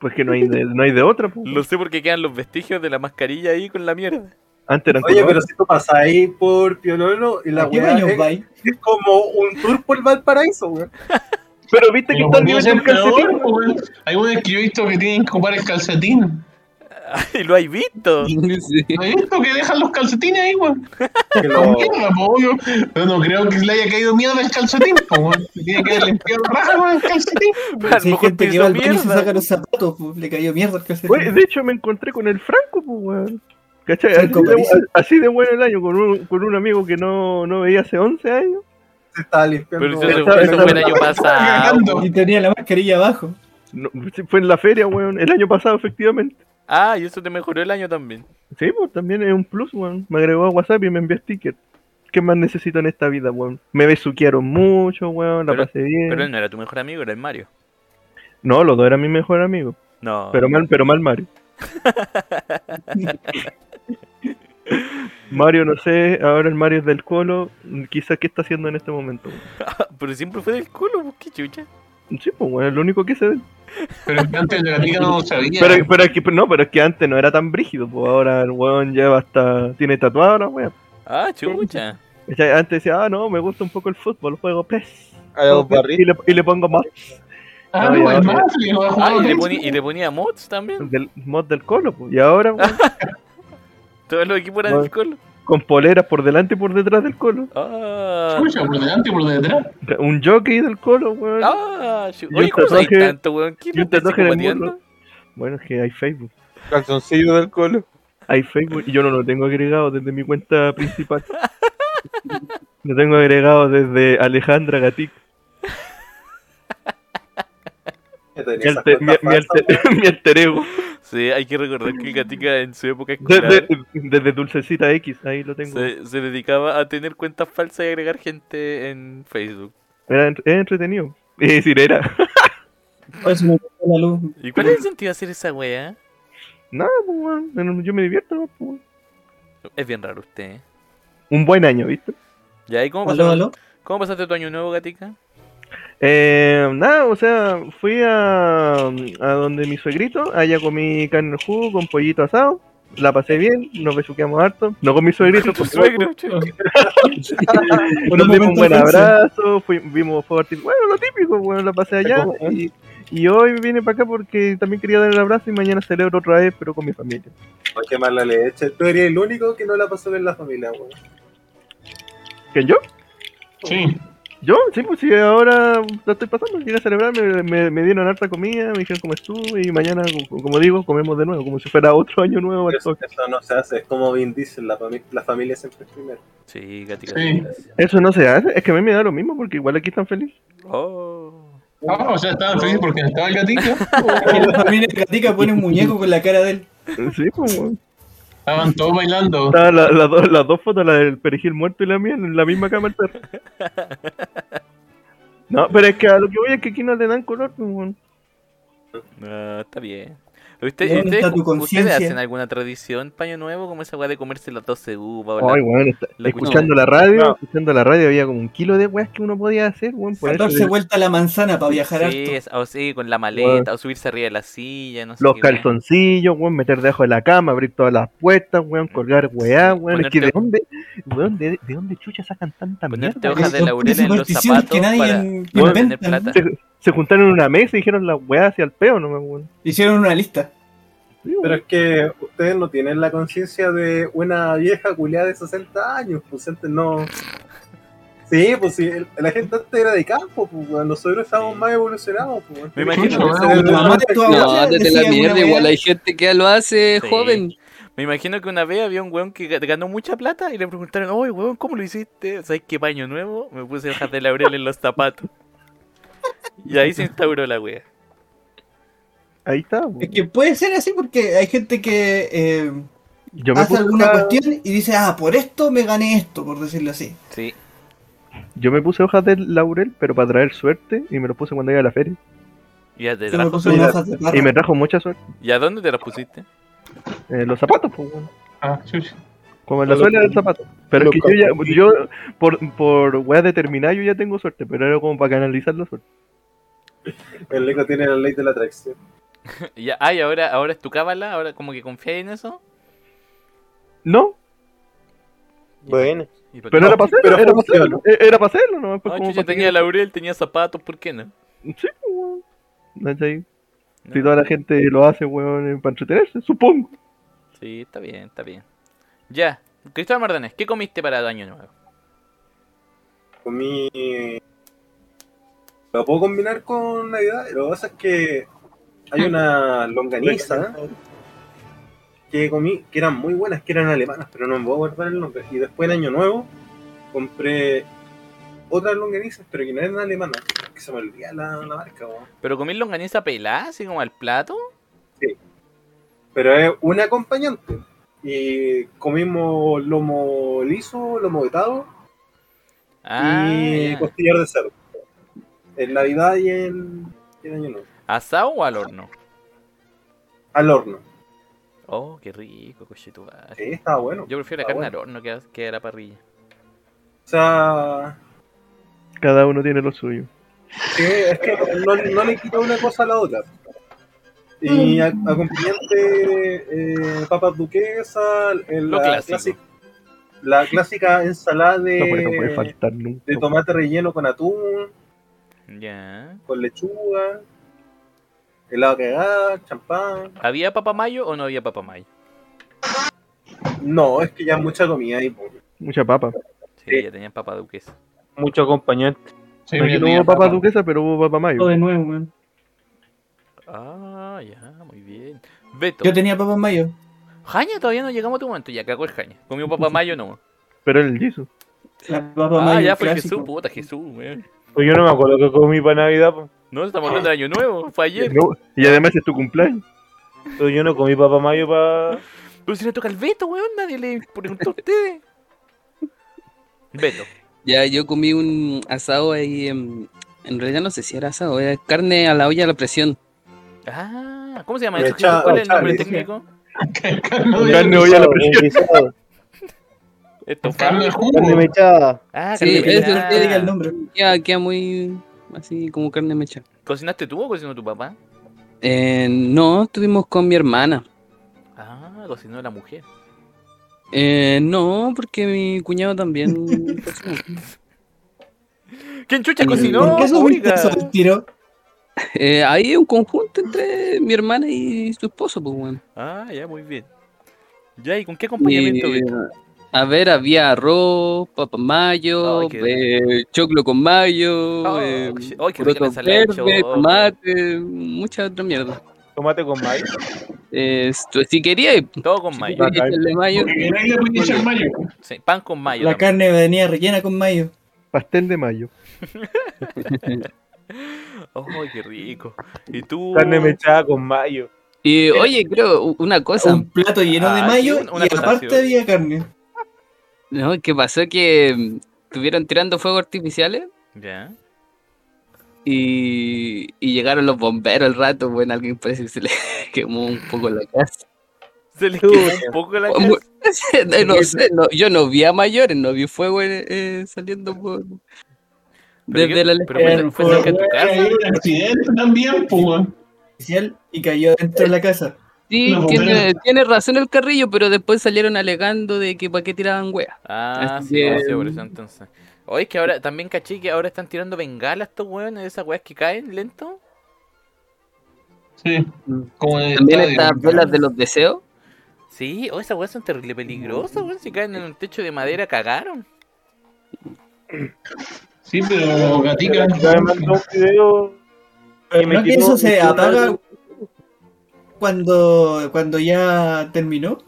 [SPEAKER 6] Pues que no hay de, no hay de otra, pues.
[SPEAKER 2] [laughs] Lo sé porque quedan los vestigios de la mascarilla ahí con la mierda.
[SPEAKER 6] Antes eran
[SPEAKER 7] Oye, pero
[SPEAKER 6] colores.
[SPEAKER 7] si tú pasas ahí por Piololo y la
[SPEAKER 1] ¿A qué
[SPEAKER 7] weá
[SPEAKER 1] baños
[SPEAKER 6] [laughs]
[SPEAKER 7] es,
[SPEAKER 1] vais?
[SPEAKER 7] es como un tour por Valparaíso, weón.
[SPEAKER 6] Pero viste que
[SPEAKER 4] Pero
[SPEAKER 6] está
[SPEAKER 4] podría
[SPEAKER 6] al nivel
[SPEAKER 4] ser
[SPEAKER 6] del
[SPEAKER 4] peor,
[SPEAKER 6] calcetín.
[SPEAKER 4] po, pues, weón. Hay unos que yo he visto que tienen que ocupar el calcetín.
[SPEAKER 2] ¿Y lo has visto? [laughs]
[SPEAKER 5] [laughs] Sí.
[SPEAKER 4] Yo He visto que dejan los calcetines ahí, weón.
[SPEAKER 7] Que
[SPEAKER 4] Con
[SPEAKER 7] lo-
[SPEAKER 4] mierda, po, obvio. Pero Oh. no creo que le haya caído mierda el calcetín, po, weón. Se Tiene que haber limpiado raja con el calcetín.
[SPEAKER 2] A lo
[SPEAKER 1] Si hay
[SPEAKER 2] mejor
[SPEAKER 1] gente que
[SPEAKER 2] pienso
[SPEAKER 1] va al baño y se
[SPEAKER 2] mierda.
[SPEAKER 1] saca los zapatos, pues, le cayó mierda al calcetín.
[SPEAKER 6] Oye, de hecho me encontré con el Franco, pues, weón. ¿Cachai? Así
[SPEAKER 1] Franco
[SPEAKER 6] de,
[SPEAKER 1] Parisi.
[SPEAKER 6] así de bueno el año, con un, con un amigo que no, no veía hace 11 años.
[SPEAKER 7] se estaba limpiando.
[SPEAKER 2] Pero eso,
[SPEAKER 6] Pero-
[SPEAKER 2] eso fue el año
[SPEAKER 1] [laughs]
[SPEAKER 2] pasado.
[SPEAKER 4] Cagando.
[SPEAKER 1] Y tenía la mascarilla abajo.
[SPEAKER 6] No, fue en la feria, weón. El año pasado, efectivamente.
[SPEAKER 2] Ah, y eso te mejoró el año también.
[SPEAKER 6] Sí, pues también es un plus, weón. Me agregó a WhatsApp y me envió sticker. ¿Qué más necesito en esta vida, weón? Me besuquearon mucho, weón. La pasé bien.
[SPEAKER 2] Pero él no era tu mejor amigo, era el Mario.
[SPEAKER 6] No, los dos eran mi mejor amigo.
[SPEAKER 2] No.
[SPEAKER 6] Pero mal, pero mal Mario. Mario, no sé, ahora el Mario es del Colo. Quizás qué está haciendo en este momento. weón?
[SPEAKER 2] [laughs] Pero siempre fue del culo, pues, qué chucha.
[SPEAKER 6] Sí, pues, weón, es lo único que se ve.
[SPEAKER 4] Pero antes de la liga no lo sabía.
[SPEAKER 6] Pero, pero, es que, no, pero es que antes no era tan brígido, pues ahora el weón lleva hasta. tiene tatuado la weón.
[SPEAKER 2] Ah, chucha.
[SPEAKER 6] Antes decía, ah, no, me gusta un poco el fútbol, juego PES.
[SPEAKER 3] Hay un
[SPEAKER 6] Y
[SPEAKER 3] barril.
[SPEAKER 6] le, y le pongo más
[SPEAKER 4] Ah,
[SPEAKER 6] No,
[SPEAKER 4] no,
[SPEAKER 6] ya,
[SPEAKER 4] es
[SPEAKER 6] ya.
[SPEAKER 4] más, le va a
[SPEAKER 2] Ah,
[SPEAKER 4] jugar
[SPEAKER 2] y le,
[SPEAKER 4] otra
[SPEAKER 2] ponía,
[SPEAKER 4] vez.
[SPEAKER 2] y le ponía mods también.
[SPEAKER 6] del mod del colo, pues. Y ahora,
[SPEAKER 3] Ah.
[SPEAKER 6] weón,
[SPEAKER 2] Todos los equipos eran del culo.
[SPEAKER 6] con poleras por delante y por detrás del colo.
[SPEAKER 2] Ah,
[SPEAKER 4] Escucha, por delante y por detrás.
[SPEAKER 6] Un jockey del colo, weón.
[SPEAKER 2] ah, chu-
[SPEAKER 6] Y un
[SPEAKER 2] Oye, ¿cómo sabes
[SPEAKER 6] tatuaje-
[SPEAKER 2] tanto, weón? ¿Quién
[SPEAKER 6] y un
[SPEAKER 2] lo está
[SPEAKER 6] tatuaje en el
[SPEAKER 2] psicopateando?
[SPEAKER 6] Bueno, es que hay Facebook.
[SPEAKER 3] Calzoncillo del colo.
[SPEAKER 6] Hay Facebook y yo no lo tengo agregado desde mi cuenta principal. lo tengo agregado desde Alejandra Gatic. Mi
[SPEAKER 7] Tenía
[SPEAKER 6] alter, mi-
[SPEAKER 7] esas
[SPEAKER 6] mi
[SPEAKER 7] cuentas
[SPEAKER 6] alter-
[SPEAKER 7] falsas,
[SPEAKER 6] [laughs] mi alter ego.
[SPEAKER 2] Sí, hay que recordar que el Gatica en su
[SPEAKER 6] [laughs]
[SPEAKER 2] época escolar
[SPEAKER 6] Desde, desde Dulcecita X, ahí lo tengo.
[SPEAKER 2] se, se dedicaba a tener cuentas falsas y agregar gente en Facebook.
[SPEAKER 6] Era, ent- era entretenido. Es decir, era.
[SPEAKER 1] Oye, se me fue la luz.
[SPEAKER 2] ¿Y cuál es el sentido de hacer esa weá?
[SPEAKER 6] [laughs] Nada, pues, weón, bueno, Yo me divierto, ¿no? Pues, weón.
[SPEAKER 2] Es bien raro usted. ¿eh?
[SPEAKER 6] Un buen año, ¿viste?
[SPEAKER 2] ¿Ya? ¿Y cómo
[SPEAKER 1] Aló,
[SPEAKER 2] pasaste,
[SPEAKER 1] aló.
[SPEAKER 2] ¿Cómo pasaste tu año nuevo, Gatica?
[SPEAKER 6] Eh, nada, o sea, fui a, a donde mi suegrito, allá comí carne al jugo con pollito asado, la pasé bien, nos besuqueamos harto, no con mi suegrito,
[SPEAKER 2] [laughs] Tu
[SPEAKER 6] porque-
[SPEAKER 2] suegro, chulo.
[SPEAKER 6] [laughs] nos dimos un
[SPEAKER 1] momento
[SPEAKER 6] buen
[SPEAKER 1] dulce.
[SPEAKER 6] abrazo, fui- vimos fuego artificial, bueno, lo típico, bueno, la pasé allá, y, y hoy vine para acá porque también quería dar el abrazo y mañana celebro otra vez, pero con mi familia.
[SPEAKER 7] para pues, quemar la leche. Tú eres el único que no la pasó en la familia, weón.
[SPEAKER 6] ¿Que yo?
[SPEAKER 4] Sí.
[SPEAKER 6] Yo, sí, pues sí, ahora lo estoy pasando, llegué a celebrar, me, me- me dieron harta comida, me dijeron cómo estuvo y mañana, como- como digo, comemos de nuevo, como si fuera otro año nuevo al
[SPEAKER 7] Eso,
[SPEAKER 6] toque.
[SPEAKER 7] eso no se hace, es como Vin Diesel, la, fami- la familia siempre es primero.
[SPEAKER 2] Sí, Gatica.
[SPEAKER 4] Sí.
[SPEAKER 2] gracias.
[SPEAKER 6] Eso no se hace, es que a mí me da lo mismo porque igual aquí están felices. [laughs]
[SPEAKER 2] Oh.
[SPEAKER 4] Ah, o sea, estaban felices porque no estaba el gatito.
[SPEAKER 1] La familia de Gatica pone un muñeco con la cara de él.
[SPEAKER 6] Sí, pues. weón.
[SPEAKER 4] Estaban todos bailando.
[SPEAKER 6] Estaban la- las dos- las dos fotos, la del perejil muerto y la mía, en la misma cama el perro. No, pero es que a lo que voy es que aquí no le dan color, pues, weón.
[SPEAKER 2] No, ah, está bien. ¿Usted-
[SPEAKER 1] ¿Dónde
[SPEAKER 2] ustedes,
[SPEAKER 1] está tu
[SPEAKER 2] ustedes
[SPEAKER 1] conciencia?
[SPEAKER 2] hacen alguna tradición paño nuevo como esa weá de comerse las 12 uvas? o la-
[SPEAKER 6] Ay, weón, está-
[SPEAKER 2] la
[SPEAKER 6] escuchando la radio,
[SPEAKER 3] No.
[SPEAKER 6] escuchando la radio había como un kilo de weas que uno podía hacer, weón. por eso
[SPEAKER 1] Darse vuelta a la manzana para viajar
[SPEAKER 2] sí,
[SPEAKER 1] harto.
[SPEAKER 2] es- o sí, con la maleta, o subirse arriba de la silla, no sé.
[SPEAKER 6] Los
[SPEAKER 2] qué weá.
[SPEAKER 6] calzoncillos, weón, meter debajo de la cama, abrir todas las puertas, weón, colgar weá,
[SPEAKER 2] Sí,
[SPEAKER 6] weón. Es
[SPEAKER 2] ponerte-
[SPEAKER 6] que de dónde, weón, de, de dónde chucha sacan tanta
[SPEAKER 2] Ponerte
[SPEAKER 6] mierda. weón?
[SPEAKER 2] hojas de
[SPEAKER 1] Son
[SPEAKER 2] laurel en los
[SPEAKER 1] supersticiones
[SPEAKER 2] zapatos
[SPEAKER 1] que nadie
[SPEAKER 2] para
[SPEAKER 1] en-
[SPEAKER 2] para
[SPEAKER 6] Bueno,
[SPEAKER 2] tener
[SPEAKER 1] inventa,
[SPEAKER 2] plata.
[SPEAKER 1] ¿no?
[SPEAKER 6] [laughs] Se, se juntaron en una mesa y dijeron las weas hacia el peo, no me weón.
[SPEAKER 1] Hicieron una lista.
[SPEAKER 6] Sí, weón.
[SPEAKER 7] Pero es que ustedes no tienen la conciencia de una vieja culiada de 60 años, pues antes no. Sí, pues sí, el- la gente antes era de campo, pues weón, nosotros estábamos
[SPEAKER 2] Sí.
[SPEAKER 7] más evolucionados, pues. weón.
[SPEAKER 2] Me imagino,
[SPEAKER 4] Escucha,
[SPEAKER 7] weón,
[SPEAKER 1] Tu mamá, tu abuela
[SPEAKER 5] No, desde
[SPEAKER 1] decía
[SPEAKER 5] la
[SPEAKER 1] una
[SPEAKER 5] mierda,
[SPEAKER 1] wea.
[SPEAKER 5] igual hay gente que ya lo hace
[SPEAKER 2] Sí.
[SPEAKER 5] joven.
[SPEAKER 2] Me imagino que una vez había un weón que ga- ganó mucha plata y le preguntaron, oye weón, ¿cómo lo hiciste? ¿Sabes qué baño nuevo? Me puse hojas de laurel en los zapatos. Y ahí se instauró la wea.
[SPEAKER 6] Ahí está,
[SPEAKER 1] Es
[SPEAKER 6] weón.
[SPEAKER 1] que puede ser así porque hay gente que eh,
[SPEAKER 6] Yo me,
[SPEAKER 1] hace
[SPEAKER 6] puse,
[SPEAKER 1] alguna
[SPEAKER 6] hojas-
[SPEAKER 1] cuestión y dice, ah, por esto me gané esto, por decirlo así.
[SPEAKER 2] Sí.
[SPEAKER 6] yo me puse hojas de laurel, pero para traer suerte, y me lo puse cuando iba a la feria.
[SPEAKER 2] ¿Y a, te
[SPEAKER 1] Se me
[SPEAKER 2] trajo-
[SPEAKER 1] puso
[SPEAKER 6] mira,
[SPEAKER 1] unas hojas de parra.
[SPEAKER 6] Y me trajo mucha suerte.
[SPEAKER 2] ¿Y a dónde te las pusiste? [laughs]
[SPEAKER 6] Eh, los zapatos, pues, weón.
[SPEAKER 4] Ah, chucha.
[SPEAKER 6] Como en la
[SPEAKER 7] Los-
[SPEAKER 6] suela del zapato. Pero es
[SPEAKER 7] los
[SPEAKER 6] que yo ya, yo, por, por weas determinadas, yo ya tengo suerte, pero era como para canalizar la suerte.
[SPEAKER 7] El Nico tiene la ley de la atracción.
[SPEAKER 2] Y, ah, y ahora, ahora es tu cábala, ahora como que confías en eso.
[SPEAKER 6] No,
[SPEAKER 3] Bueno.
[SPEAKER 2] Y pa-
[SPEAKER 6] Pero era para hacerlo,
[SPEAKER 7] pero
[SPEAKER 6] era para
[SPEAKER 7] funciona.
[SPEAKER 6] hacerlo, eh, era para hacerlo, ¿no? Pues
[SPEAKER 2] Ah,
[SPEAKER 6] como
[SPEAKER 2] chucha,
[SPEAKER 6] para
[SPEAKER 2] tenía laurel, tenía zapatos, ¿por qué no?
[SPEAKER 6] que- Sí, pues, weón. ¿Cachai?
[SPEAKER 2] No.
[SPEAKER 6] Si toda la gente lo hace, weón, eh, para entretenerse, supongo.
[SPEAKER 2] Sí, está bien, está bien. Ya, Cristóbal Martínez, ¿qué comiste para el año nuevo?
[SPEAKER 7] Comí. Lo puedo combinar con Navidad. Lo que pasa es que hay
[SPEAKER 2] [laughs]
[SPEAKER 7] una longaniza que comí que eran muy buenas, que eran alemanas, pero no me voy a guardar el nombre. Y después en Año Nuevo compré otras longanizas, pero que no eran alemanas. Que se me olvida la, la marca, weón.
[SPEAKER 2] ¿Pero comí longaniza pelada, así como al plato?
[SPEAKER 7] Pero es un acompañante. Y comimos lomo liso, lomo vetado
[SPEAKER 2] Ah,
[SPEAKER 7] y
[SPEAKER 2] ya.
[SPEAKER 7] costillar de cerdo. En Navidad y en, y en Año Nuevo.
[SPEAKER 2] ¿asado o al horno?
[SPEAKER 7] Al horno.
[SPEAKER 2] Oh, qué rico, cochetubar.
[SPEAKER 7] Sí, estaba bueno.
[SPEAKER 2] Yo prefiero la
[SPEAKER 7] está
[SPEAKER 2] carne
[SPEAKER 7] bueno.
[SPEAKER 2] al horno que a, que a la parrilla.
[SPEAKER 7] O sea,
[SPEAKER 6] Cada uno tiene lo suyo.
[SPEAKER 7] sí, es que no, no le quita una cosa a la otra. Y a- acompañante eh, papas duquesa, el-
[SPEAKER 2] Lo
[SPEAKER 7] la,
[SPEAKER 2] clásico.
[SPEAKER 7] clasi- la clásica ensalada de,
[SPEAKER 1] Eh,
[SPEAKER 6] No, puede- no puede faltar nunca.
[SPEAKER 7] de tomate relleno con atún,
[SPEAKER 2] Ya.
[SPEAKER 7] con lechuga, helado cagada, champán.
[SPEAKER 2] ¿Había papamayo o no había papamayo?
[SPEAKER 7] No, es que ya mucha comida ahí. po.
[SPEAKER 6] Mucha papa.
[SPEAKER 2] Sí,
[SPEAKER 7] Sí.
[SPEAKER 2] ya tenían papa duquesa.
[SPEAKER 3] Mucho acompañante.
[SPEAKER 4] Sí,
[SPEAKER 6] Aquí
[SPEAKER 4] yo
[SPEAKER 6] no
[SPEAKER 4] tenía
[SPEAKER 6] hubo papa
[SPEAKER 4] papa.
[SPEAKER 6] duquesa, pero hubo papa mayo.
[SPEAKER 1] Todo de nuevo, weón.
[SPEAKER 2] Ah, ya, muy bien. Beto,
[SPEAKER 1] Yo tenía papas mayo.
[SPEAKER 2] Jaña, todavía no llegamos a tu momento. Ya cagó el Jaña. Comió papamayo no.
[SPEAKER 6] Pero el Jisoo.
[SPEAKER 1] La papa
[SPEAKER 2] Ah,
[SPEAKER 1] mayo
[SPEAKER 2] ya fue
[SPEAKER 1] clásico.
[SPEAKER 2] Jesús, puta Jesús, weón.
[SPEAKER 3] Pues yo no me acuerdo que comí para Navidad, po.
[SPEAKER 2] No, estamos hablando del año nuevo, fue ayer.
[SPEAKER 6] No, y además es tu cumpleaños.
[SPEAKER 3] Pero yo no comí papá mayo para.
[SPEAKER 2] Pero si le toca al Beto, weón, nadie le preguntó a ustedes. Beto.
[SPEAKER 5] Ya, yo comí un asado ahí, em, en realidad no sé si era asado, era carne a la olla a la presión.
[SPEAKER 2] Ah, ¿cómo se llama
[SPEAKER 7] Le
[SPEAKER 2] eso?
[SPEAKER 7] echa-
[SPEAKER 2] ¿Cuál es el
[SPEAKER 7] echa-
[SPEAKER 2] nombre
[SPEAKER 7] le-
[SPEAKER 2] técnico?
[SPEAKER 4] [laughs] Carne de-
[SPEAKER 6] Carne olla a la presión.
[SPEAKER 3] Guisado,
[SPEAKER 2] Esto
[SPEAKER 4] Carne de
[SPEAKER 3] Carne
[SPEAKER 4] jugo.
[SPEAKER 3] mechada.
[SPEAKER 2] Ah,
[SPEAKER 5] Sí,
[SPEAKER 2] carne
[SPEAKER 5] es-
[SPEAKER 2] mechada.
[SPEAKER 1] Que diga el nombre.
[SPEAKER 5] Ya queda muy así como carne mecha.
[SPEAKER 2] ¿Cocinaste tú o cocinó tu papá?
[SPEAKER 5] Eh, no, estuvimos con mi hermana.
[SPEAKER 2] Ah, cocinó la mujer.
[SPEAKER 5] Eh, no, porque mi cuñado también.
[SPEAKER 2] [laughs]
[SPEAKER 5] cocinó.
[SPEAKER 2] ¿Quién chucha
[SPEAKER 5] ¿Por
[SPEAKER 2] cocinó?
[SPEAKER 1] ¿Por qué subiste
[SPEAKER 2] Oiga.
[SPEAKER 1] eso al tiro?
[SPEAKER 5] Eh, hay un conjunto entre mi hermana y su esposo, pues bueno.
[SPEAKER 2] Ah, ya, muy bien. Ya, ¿y con qué
[SPEAKER 5] Y, eh,
[SPEAKER 2] acompañamiento, Beto?
[SPEAKER 5] a ver, había arroz, papa mayo,
[SPEAKER 2] Ay, Oh, qué rico.
[SPEAKER 5] eh, choclo con mayo,
[SPEAKER 2] Oh,
[SPEAKER 5] eh,
[SPEAKER 2] qué- ay, qué rica la
[SPEAKER 5] porotos
[SPEAKER 2] ensalada de
[SPEAKER 5] verdes,
[SPEAKER 2] choclo.
[SPEAKER 5] tomate, mucha otra mierda.
[SPEAKER 3] Tomate con maíz.
[SPEAKER 5] Eh, si- si quería, si
[SPEAKER 2] Todo con mayo.
[SPEAKER 5] quería echarle mayo,
[SPEAKER 4] Porque en ahí le puede echar mayo.
[SPEAKER 2] Sí, pan con mayo.
[SPEAKER 1] La
[SPEAKER 2] también.
[SPEAKER 1] carne venía rellena con mayo.
[SPEAKER 6] Pastel de mayo.
[SPEAKER 2] Ay, qué rico. ¿Y tú?
[SPEAKER 3] Carne mechada con mayo.
[SPEAKER 5] Y oye, creo u- una cosa,
[SPEAKER 1] Un plato lleno de
[SPEAKER 2] Ah,
[SPEAKER 1] mayo
[SPEAKER 2] sí, una
[SPEAKER 1] y
[SPEAKER 2] cosa
[SPEAKER 1] aparte
[SPEAKER 2] así.
[SPEAKER 1] había carne.
[SPEAKER 5] ¿no? Que pasó que mm, estuvieron tirando fuegos artificiales
[SPEAKER 2] Ya.
[SPEAKER 5] y, y llegaron los bomberos al rato, bueno, alguien parece que se le [laughs] quemó un poco la casa.
[SPEAKER 2] Se le quedó un poco la
[SPEAKER 5] Mu-
[SPEAKER 2] casa.
[SPEAKER 5] [laughs] no sé, no, yo no vi a mayores, no vi fuego eh, eh, saliendo por...
[SPEAKER 2] Pero
[SPEAKER 5] Desde
[SPEAKER 2] qué-
[SPEAKER 5] la
[SPEAKER 2] pero fue-
[SPEAKER 1] Eh,
[SPEAKER 2] fue cerca de tu
[SPEAKER 4] Hay
[SPEAKER 2] casa.
[SPEAKER 4] un accidente también, pues.
[SPEAKER 1] Oficial, Y cayó dentro de la casa.
[SPEAKER 5] Sí,
[SPEAKER 4] Los
[SPEAKER 5] tiene,
[SPEAKER 4] bomberos.
[SPEAKER 5] tiene razón el carrillo, pero después salieron alegando de que para qué tiraban weas.
[SPEAKER 2] Ah,
[SPEAKER 5] Así
[SPEAKER 2] sí,
[SPEAKER 5] que-
[SPEAKER 2] sí, por eso entonces. Oye, es que ahora también caché que ahora están tirando bengalas estos weones, esas weas que caen lento.
[SPEAKER 4] Sí. Como en el
[SPEAKER 5] También
[SPEAKER 4] estadio.
[SPEAKER 5] estas velas de los deseos.
[SPEAKER 2] Sí, oh, esas weas son terrible peligrosas, weón. Si caen en un techo de madera, cagaron.
[SPEAKER 4] Sí, pero gatica.
[SPEAKER 3] Ya me mandó un video.
[SPEAKER 1] Pero
[SPEAKER 3] Eh, me
[SPEAKER 1] ¿No que
[SPEAKER 3] tiró-
[SPEAKER 1] eso
[SPEAKER 3] me
[SPEAKER 1] se
[SPEAKER 3] tiró-
[SPEAKER 1] apaga cuando, cuando ya terminó?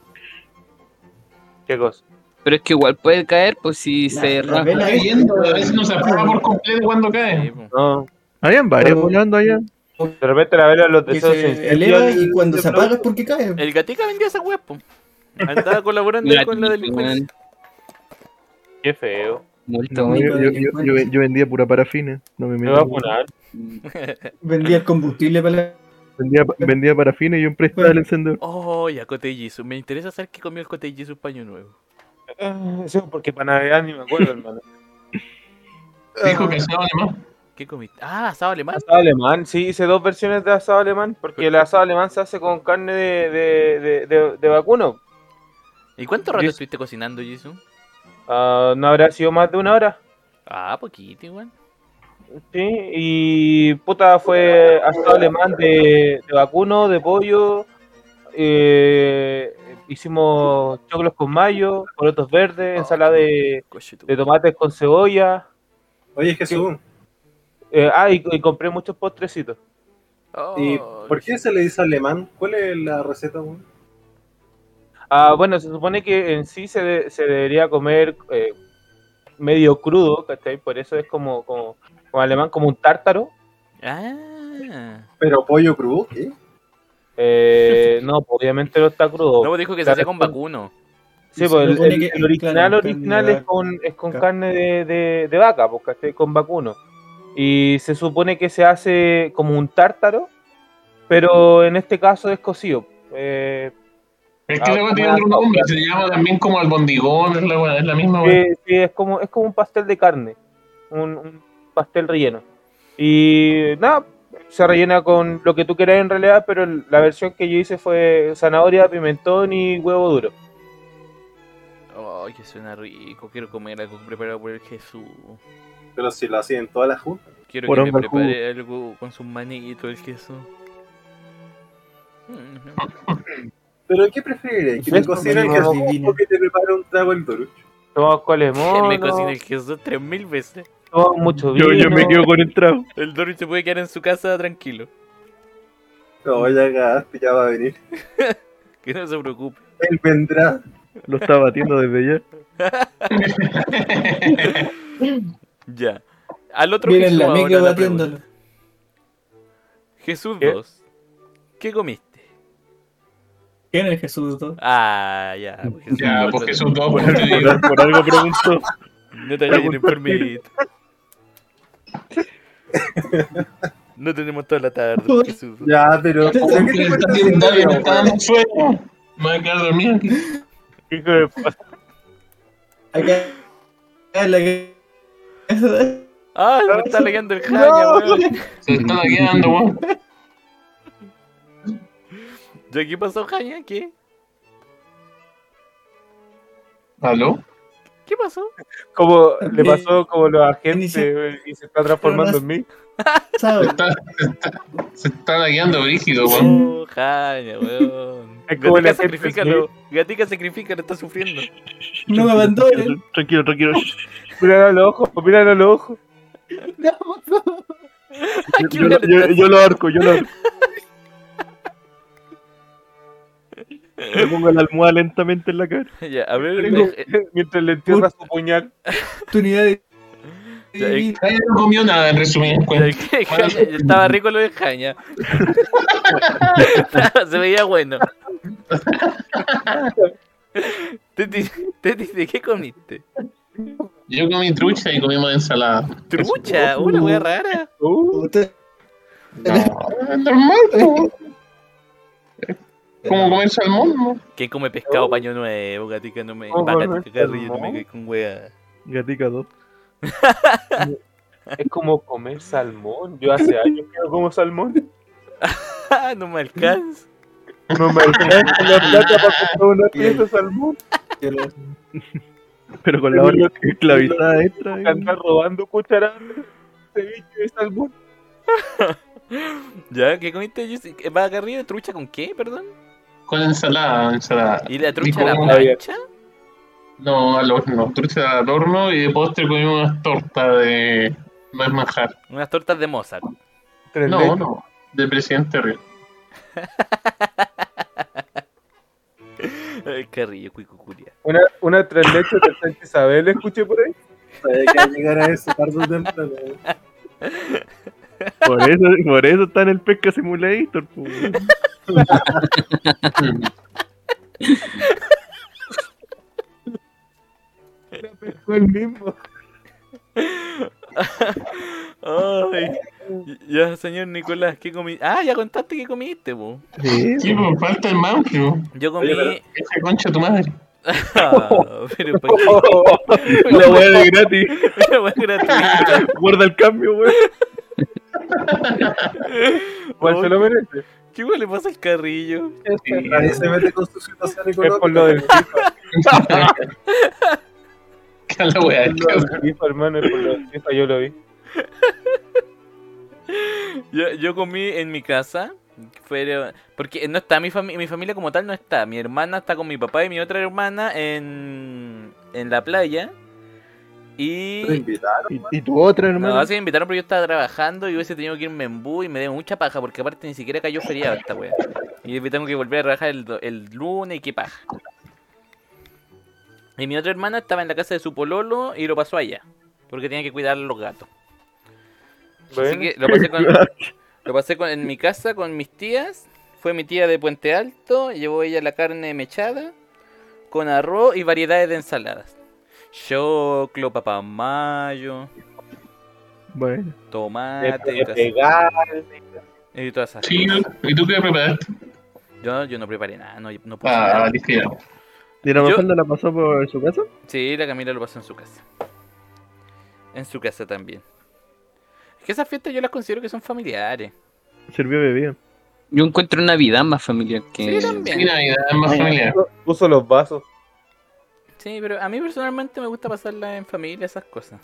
[SPEAKER 3] ¿Qué cosa?
[SPEAKER 5] Pero es que igual puede caer, pues si se
[SPEAKER 1] la
[SPEAKER 5] raja.
[SPEAKER 1] vela
[SPEAKER 4] Está cayendo, a veces no se apaga por completo cuando
[SPEAKER 2] Sí,
[SPEAKER 4] cae.
[SPEAKER 2] po.
[SPEAKER 3] No.
[SPEAKER 6] Habían varios
[SPEAKER 1] Pero-
[SPEAKER 6] volando allá.
[SPEAKER 3] De repente la vela de los
[SPEAKER 1] que
[SPEAKER 3] deseos se
[SPEAKER 1] se
[SPEAKER 3] incendia
[SPEAKER 1] eleva
[SPEAKER 3] el-
[SPEAKER 1] y cuando
[SPEAKER 3] el
[SPEAKER 1] se apaga es porque cae.
[SPEAKER 2] El gatica vendía esas weas, po. Andaba colaborando ahí con la delincuencia.
[SPEAKER 3] producto. Qué feo.
[SPEAKER 5] Multa,
[SPEAKER 1] No,
[SPEAKER 6] Yo,
[SPEAKER 5] weón.
[SPEAKER 6] yo- yo- yo-
[SPEAKER 1] pues.
[SPEAKER 6] yo vendía pura parafina. No me
[SPEAKER 3] Me va a
[SPEAKER 1] Ah,
[SPEAKER 6] meto.
[SPEAKER 3] funar.
[SPEAKER 1] Vendía el combustible para la...
[SPEAKER 6] Vendía, vendía parafina y yo emprestaba el encendedor.
[SPEAKER 2] Oh, ya Cote Jesus. Me interesa saber qué comió el Cote Jesus paño nuevo.
[SPEAKER 3] Ah, Eso porque para Navidad ni me acuerdo, hermano.
[SPEAKER 4] Dijo que estaba además.
[SPEAKER 2] ¿Qué comiste? Ah, asado alemán.
[SPEAKER 3] [laughs] Asado alemán, sí, hice dos versiones de asado alemán, porque el asado alemán se hace con carne de, de, de, de- de vacuno.
[SPEAKER 2] ¿Y cuánto rato
[SPEAKER 3] Yo-
[SPEAKER 2] estuviste cocinando, Jesus?
[SPEAKER 3] Ah, no habrá sido más de una hora.
[SPEAKER 2] Ah, poquito igual.
[SPEAKER 3] Sí, y puta fue asado alemán de, de vacuno, de pollo. eh, hicimos choclos con mayo, porotos verdes, ensalada de,
[SPEAKER 2] Eh,
[SPEAKER 3] de tomates con cebolla.
[SPEAKER 7] Oye, Jesús,
[SPEAKER 3] eh, ah, y, y compré muchos postrecitos.
[SPEAKER 7] ¿y
[SPEAKER 2] Oh,
[SPEAKER 7] por qué se le dice alemán? ¿Cuál es la receta, weón?
[SPEAKER 3] Ah, bueno, se supone que en sí se, de- se debería comer eh, medio crudo, ¿cachai? Por eso es como, como, como alemán, como un tártaro.
[SPEAKER 2] Ah.
[SPEAKER 7] ¿Pero pollo crudo? ¿Qué?
[SPEAKER 1] [laughs]
[SPEAKER 3] Eh, no, obviamente no está crudo.
[SPEAKER 2] No, pues dijo que se hacía con vacuno.
[SPEAKER 3] Sí,
[SPEAKER 1] Se
[SPEAKER 3] pues el,
[SPEAKER 1] supone
[SPEAKER 3] el-
[SPEAKER 1] que-
[SPEAKER 3] el original,
[SPEAKER 1] claro,
[SPEAKER 3] original
[SPEAKER 1] carne de
[SPEAKER 3] es con, es con
[SPEAKER 1] vaca.
[SPEAKER 3] carne de, de- de vaca, pues, ¿cachai? Con vacuno. Y se supone que se hace como un tártaro, pero en este caso es cocido. Eh,
[SPEAKER 4] Es que
[SPEAKER 3] Ah,
[SPEAKER 4] la weá tiene
[SPEAKER 3] ah,
[SPEAKER 4] otro
[SPEAKER 3] ah,
[SPEAKER 4] nombre,
[SPEAKER 3] claro.
[SPEAKER 4] se llama también como albondigón, es la weá, es la misma weá.
[SPEAKER 3] Sí, sí, es como, es como un pastel de carne, un, un pastel relleno. Y nada, se rellena con lo que tú quieras en realidad, pero el- la versión que yo hice fue zanahoria, pimentón y huevo duro.
[SPEAKER 2] Ay, que suena rico. Quiero comer algo preparado por el Jesús.
[SPEAKER 7] Pero si lo hacen en todas las juntas.
[SPEAKER 2] Quiero
[SPEAKER 6] Por
[SPEAKER 2] que me
[SPEAKER 6] hombre al cubo.
[SPEAKER 2] prepare algo con sus manitos el Jesús. [laughs] Mm, no.
[SPEAKER 7] ¿Pero qué prefieres? ¿Que
[SPEAKER 3] Sí,
[SPEAKER 7] te cocine el
[SPEAKER 1] como
[SPEAKER 7] Jesús
[SPEAKER 1] divino.
[SPEAKER 7] o que te prepare un trago el Doruch?
[SPEAKER 3] Tomamos
[SPEAKER 2] Que
[SPEAKER 3] colemono,
[SPEAKER 2] [laughs] me cocina el Jesús tres mil veces.
[SPEAKER 3] tomamos mucho vino.
[SPEAKER 6] Yo, yo me quedo con el trago.
[SPEAKER 2] El Dory se puede quedar en su casa tranquilo.
[SPEAKER 7] No, ya cagaste, ya va a venir.
[SPEAKER 2] Que no se preocupe.
[SPEAKER 7] Él vendrá.
[SPEAKER 6] Lo estaba batiendo desde ya.
[SPEAKER 2] Ya. Al otro
[SPEAKER 1] Miren
[SPEAKER 2] Jesús
[SPEAKER 1] la
[SPEAKER 2] ahora
[SPEAKER 1] micro
[SPEAKER 2] la
[SPEAKER 1] batiéndolo.
[SPEAKER 2] pregunta. Jesús
[SPEAKER 3] ¿Qué?
[SPEAKER 2] 2. ¿Qué comiste?
[SPEAKER 1] ¿Quién es Jesús? dos?
[SPEAKER 2] Ah, ya. pues, Jesús
[SPEAKER 4] Ya,
[SPEAKER 2] dos,
[SPEAKER 4] porque
[SPEAKER 2] no-
[SPEAKER 4] son dos,
[SPEAKER 3] [laughs]
[SPEAKER 6] Por,
[SPEAKER 4] por eso te digo.
[SPEAKER 6] por- por algo pregunto.
[SPEAKER 2] No te vayan enfermito. No tenemos toda la tarde, Jesús.
[SPEAKER 7] Ya,
[SPEAKER 4] [laughs]
[SPEAKER 7] pero. ¿Qué te cuesta
[SPEAKER 4] Está
[SPEAKER 7] hacer
[SPEAKER 4] bien, está bien,
[SPEAKER 7] novio,
[SPEAKER 4] me está
[SPEAKER 7] weón?
[SPEAKER 4] dando sueño. Me voy a quedar dormido aquí.
[SPEAKER 3] ¿Qué que- pues,
[SPEAKER 1] Acá en la que.
[SPEAKER 2] Ah, me está leyendo el Jaya, weón.
[SPEAKER 4] Se está quedando, weón.
[SPEAKER 2] ¿Ya qué pasó, Jaya? ¿Qué?
[SPEAKER 4] ¿Aló?
[SPEAKER 2] ¿Qué pasó?
[SPEAKER 3] como
[SPEAKER 4] Eh,
[SPEAKER 3] le pasó como los agentes
[SPEAKER 1] Inicia-
[SPEAKER 3] güey, y se está transformando en mí.
[SPEAKER 4] Se
[SPEAKER 1] ¿Sabes?
[SPEAKER 4] está, se está, se está lagueando brígido, weón.
[SPEAKER 2] Oh, Jaya, weón.
[SPEAKER 3] [laughs] Es
[SPEAKER 2] Gatica,
[SPEAKER 3] como la gente
[SPEAKER 2] sacrifícalo. Gatica, sacrifícalo, está sufriendo. [laughs]
[SPEAKER 1] No me abandonen.
[SPEAKER 6] Tranquilo, tranquilo. Shh.
[SPEAKER 3] Míralo a los ojos, míralo a los ojos.
[SPEAKER 2] Aquí
[SPEAKER 6] Yo, yo- yo lo arco, yo lo
[SPEAKER 3] [laughs]
[SPEAKER 6] arco. Le pongo la almohada lentamente en la cara.
[SPEAKER 2] Ya, a ver, eh,
[SPEAKER 3] [laughs] Mientras le entierra su puñal.
[SPEAKER 1] Oportunidad de.
[SPEAKER 2] Ya, eh,
[SPEAKER 4] Nadie no comió nada, en resumidas
[SPEAKER 2] ya,
[SPEAKER 4] cuentas.
[SPEAKER 2] que Jaya- estaba rico lo de Jaya. [laughs] Se veía bueno. [laughs] Teti, Teti, ¿de qué comiste?
[SPEAKER 4] Yo comí trucha y comimos ensalada.
[SPEAKER 2] Trucha, una wea rara.
[SPEAKER 3] Uh,
[SPEAKER 1] Usted-
[SPEAKER 4] No, es normal, po, weón. Es Como comer salmón, ¿no?
[SPEAKER 2] ¿Quién come pescado paño nuevo, gatica? No me.
[SPEAKER 3] Oh,
[SPEAKER 2] Va,
[SPEAKER 3] bueno,
[SPEAKER 2] gatica, Carrillo, no me
[SPEAKER 3] no.
[SPEAKER 2] caes con wea. [laughs]
[SPEAKER 6] Gatica
[SPEAKER 3] [laughs]
[SPEAKER 6] 2.
[SPEAKER 3] es como comer salmón. Yo
[SPEAKER 4] [laughs]
[SPEAKER 3] hace años que no como salmón.
[SPEAKER 2] Ah, no me alcanza.
[SPEAKER 3] No me alcanza la plata para comprar una pieza de salmón.
[SPEAKER 6] Pero con la otra esclavizada extra.
[SPEAKER 3] Que Anda robando cucharadas de ceviche de salmón.
[SPEAKER 2] ¿Ya? ¿Qué comiste, Jussi? ¿Va Carrillo trucha con qué, perdón?
[SPEAKER 4] Con ensalada, ensalada.
[SPEAKER 2] ¿Y la trucha a la
[SPEAKER 4] Rico,
[SPEAKER 2] plancha?
[SPEAKER 4] No, al horno. Trucha al horno y de postre comimos unas tortas de... No es manjar.
[SPEAKER 2] Unas tortas de Mozart.
[SPEAKER 3] Tres
[SPEAKER 4] No,
[SPEAKER 3] leches.
[SPEAKER 4] no. De presidente Río.
[SPEAKER 2] Ay, Carrillo, cuicucuria.
[SPEAKER 3] Una, una tres leches de Santa Isabel, escuché por ahí.
[SPEAKER 7] Sabía que iba a llegar a eso tarde o
[SPEAKER 4] [laughs]
[SPEAKER 7] temprano, weón.
[SPEAKER 6] Por eso, por eso está en el pesca simulator. po.
[SPEAKER 3] La pescó el mismo.
[SPEAKER 2] Ay. Ya, señor Nicolás, ¿qué comiste? Ah, ya contaste que comiste, po.
[SPEAKER 6] Sí.
[SPEAKER 4] Sí, pues falta el pues. Mauti, weón.
[SPEAKER 2] Yo comí.
[SPEAKER 4] Esa concha de tu madre. [laughs]
[SPEAKER 2] Ah, pero ¿para
[SPEAKER 3] [laughs]
[SPEAKER 2] qué?
[SPEAKER 6] La weá de gratis.
[SPEAKER 2] Una wea gratuita.
[SPEAKER 6] Guarda el cambio, weón.
[SPEAKER 3] ¿Cuál se lo merece?
[SPEAKER 2] ¿Qué wea le pasa al carrillo?
[SPEAKER 4] Sí.
[SPEAKER 7] Nadie se mete con su situación
[SPEAKER 3] Es por
[SPEAKER 7] económica.
[SPEAKER 3] lo del FIFA.
[SPEAKER 4] Qué la wea.
[SPEAKER 3] Por lo del FIFA, hermano, por lo del FIFA, yo lo vi.
[SPEAKER 2] Yo, yo comí en mi casa, pero porque no está mi familia, mi familia como tal no está. Mi hermana está con mi papá y mi otra hermana en, en la playa. Y
[SPEAKER 7] Te invitaron.
[SPEAKER 6] ¿Y, y tu otra, hermano?
[SPEAKER 2] no, sí me invitaron porque yo estaba trabajando y hubiese tenido que irme en bus y me dio mucha paja porque aparte ni siquiera cayó feriado esta wea. Y después tengo que volver a trabajar el, do- el lunes y qué paja. Y mi otra hermana estaba en la casa de su pololo y lo pasó allá. Porque tenía que cuidar a los gatos. Así
[SPEAKER 3] Bueno,
[SPEAKER 2] que lo pasé, con, lo pasé con- en mi casa con mis tías. Fue mi tía de Puente Alto. Llevó ella la carne mechada con arroz y variedades de ensaladas. Choclo, papamayo,
[SPEAKER 6] Bueno,
[SPEAKER 2] tomate y
[SPEAKER 3] es
[SPEAKER 2] todas esas-
[SPEAKER 3] legal.
[SPEAKER 2] y todas esas
[SPEAKER 4] Sí, ¿y tú qué preparaste?
[SPEAKER 2] Yo, yo no preparé nada, no, no puse
[SPEAKER 4] Ah,
[SPEAKER 2] nada.
[SPEAKER 4] dije ya.
[SPEAKER 6] ¿y la
[SPEAKER 2] Yo-
[SPEAKER 6] Mafalda la pasó por su casa?
[SPEAKER 2] Sí, la Camila lo pasó en su casa. En su casa también. Es que esas fiestas yo las considero que son familiares.
[SPEAKER 6] Sirvió bebida.
[SPEAKER 5] Yo encuentro Navidad más familiar que.
[SPEAKER 2] Sí, también.
[SPEAKER 4] Sí, Navidad es más familiar.
[SPEAKER 3] Puso los vasos.
[SPEAKER 2] Sí, pero a mí personalmente me gusta pasarla en familia, esas cosas.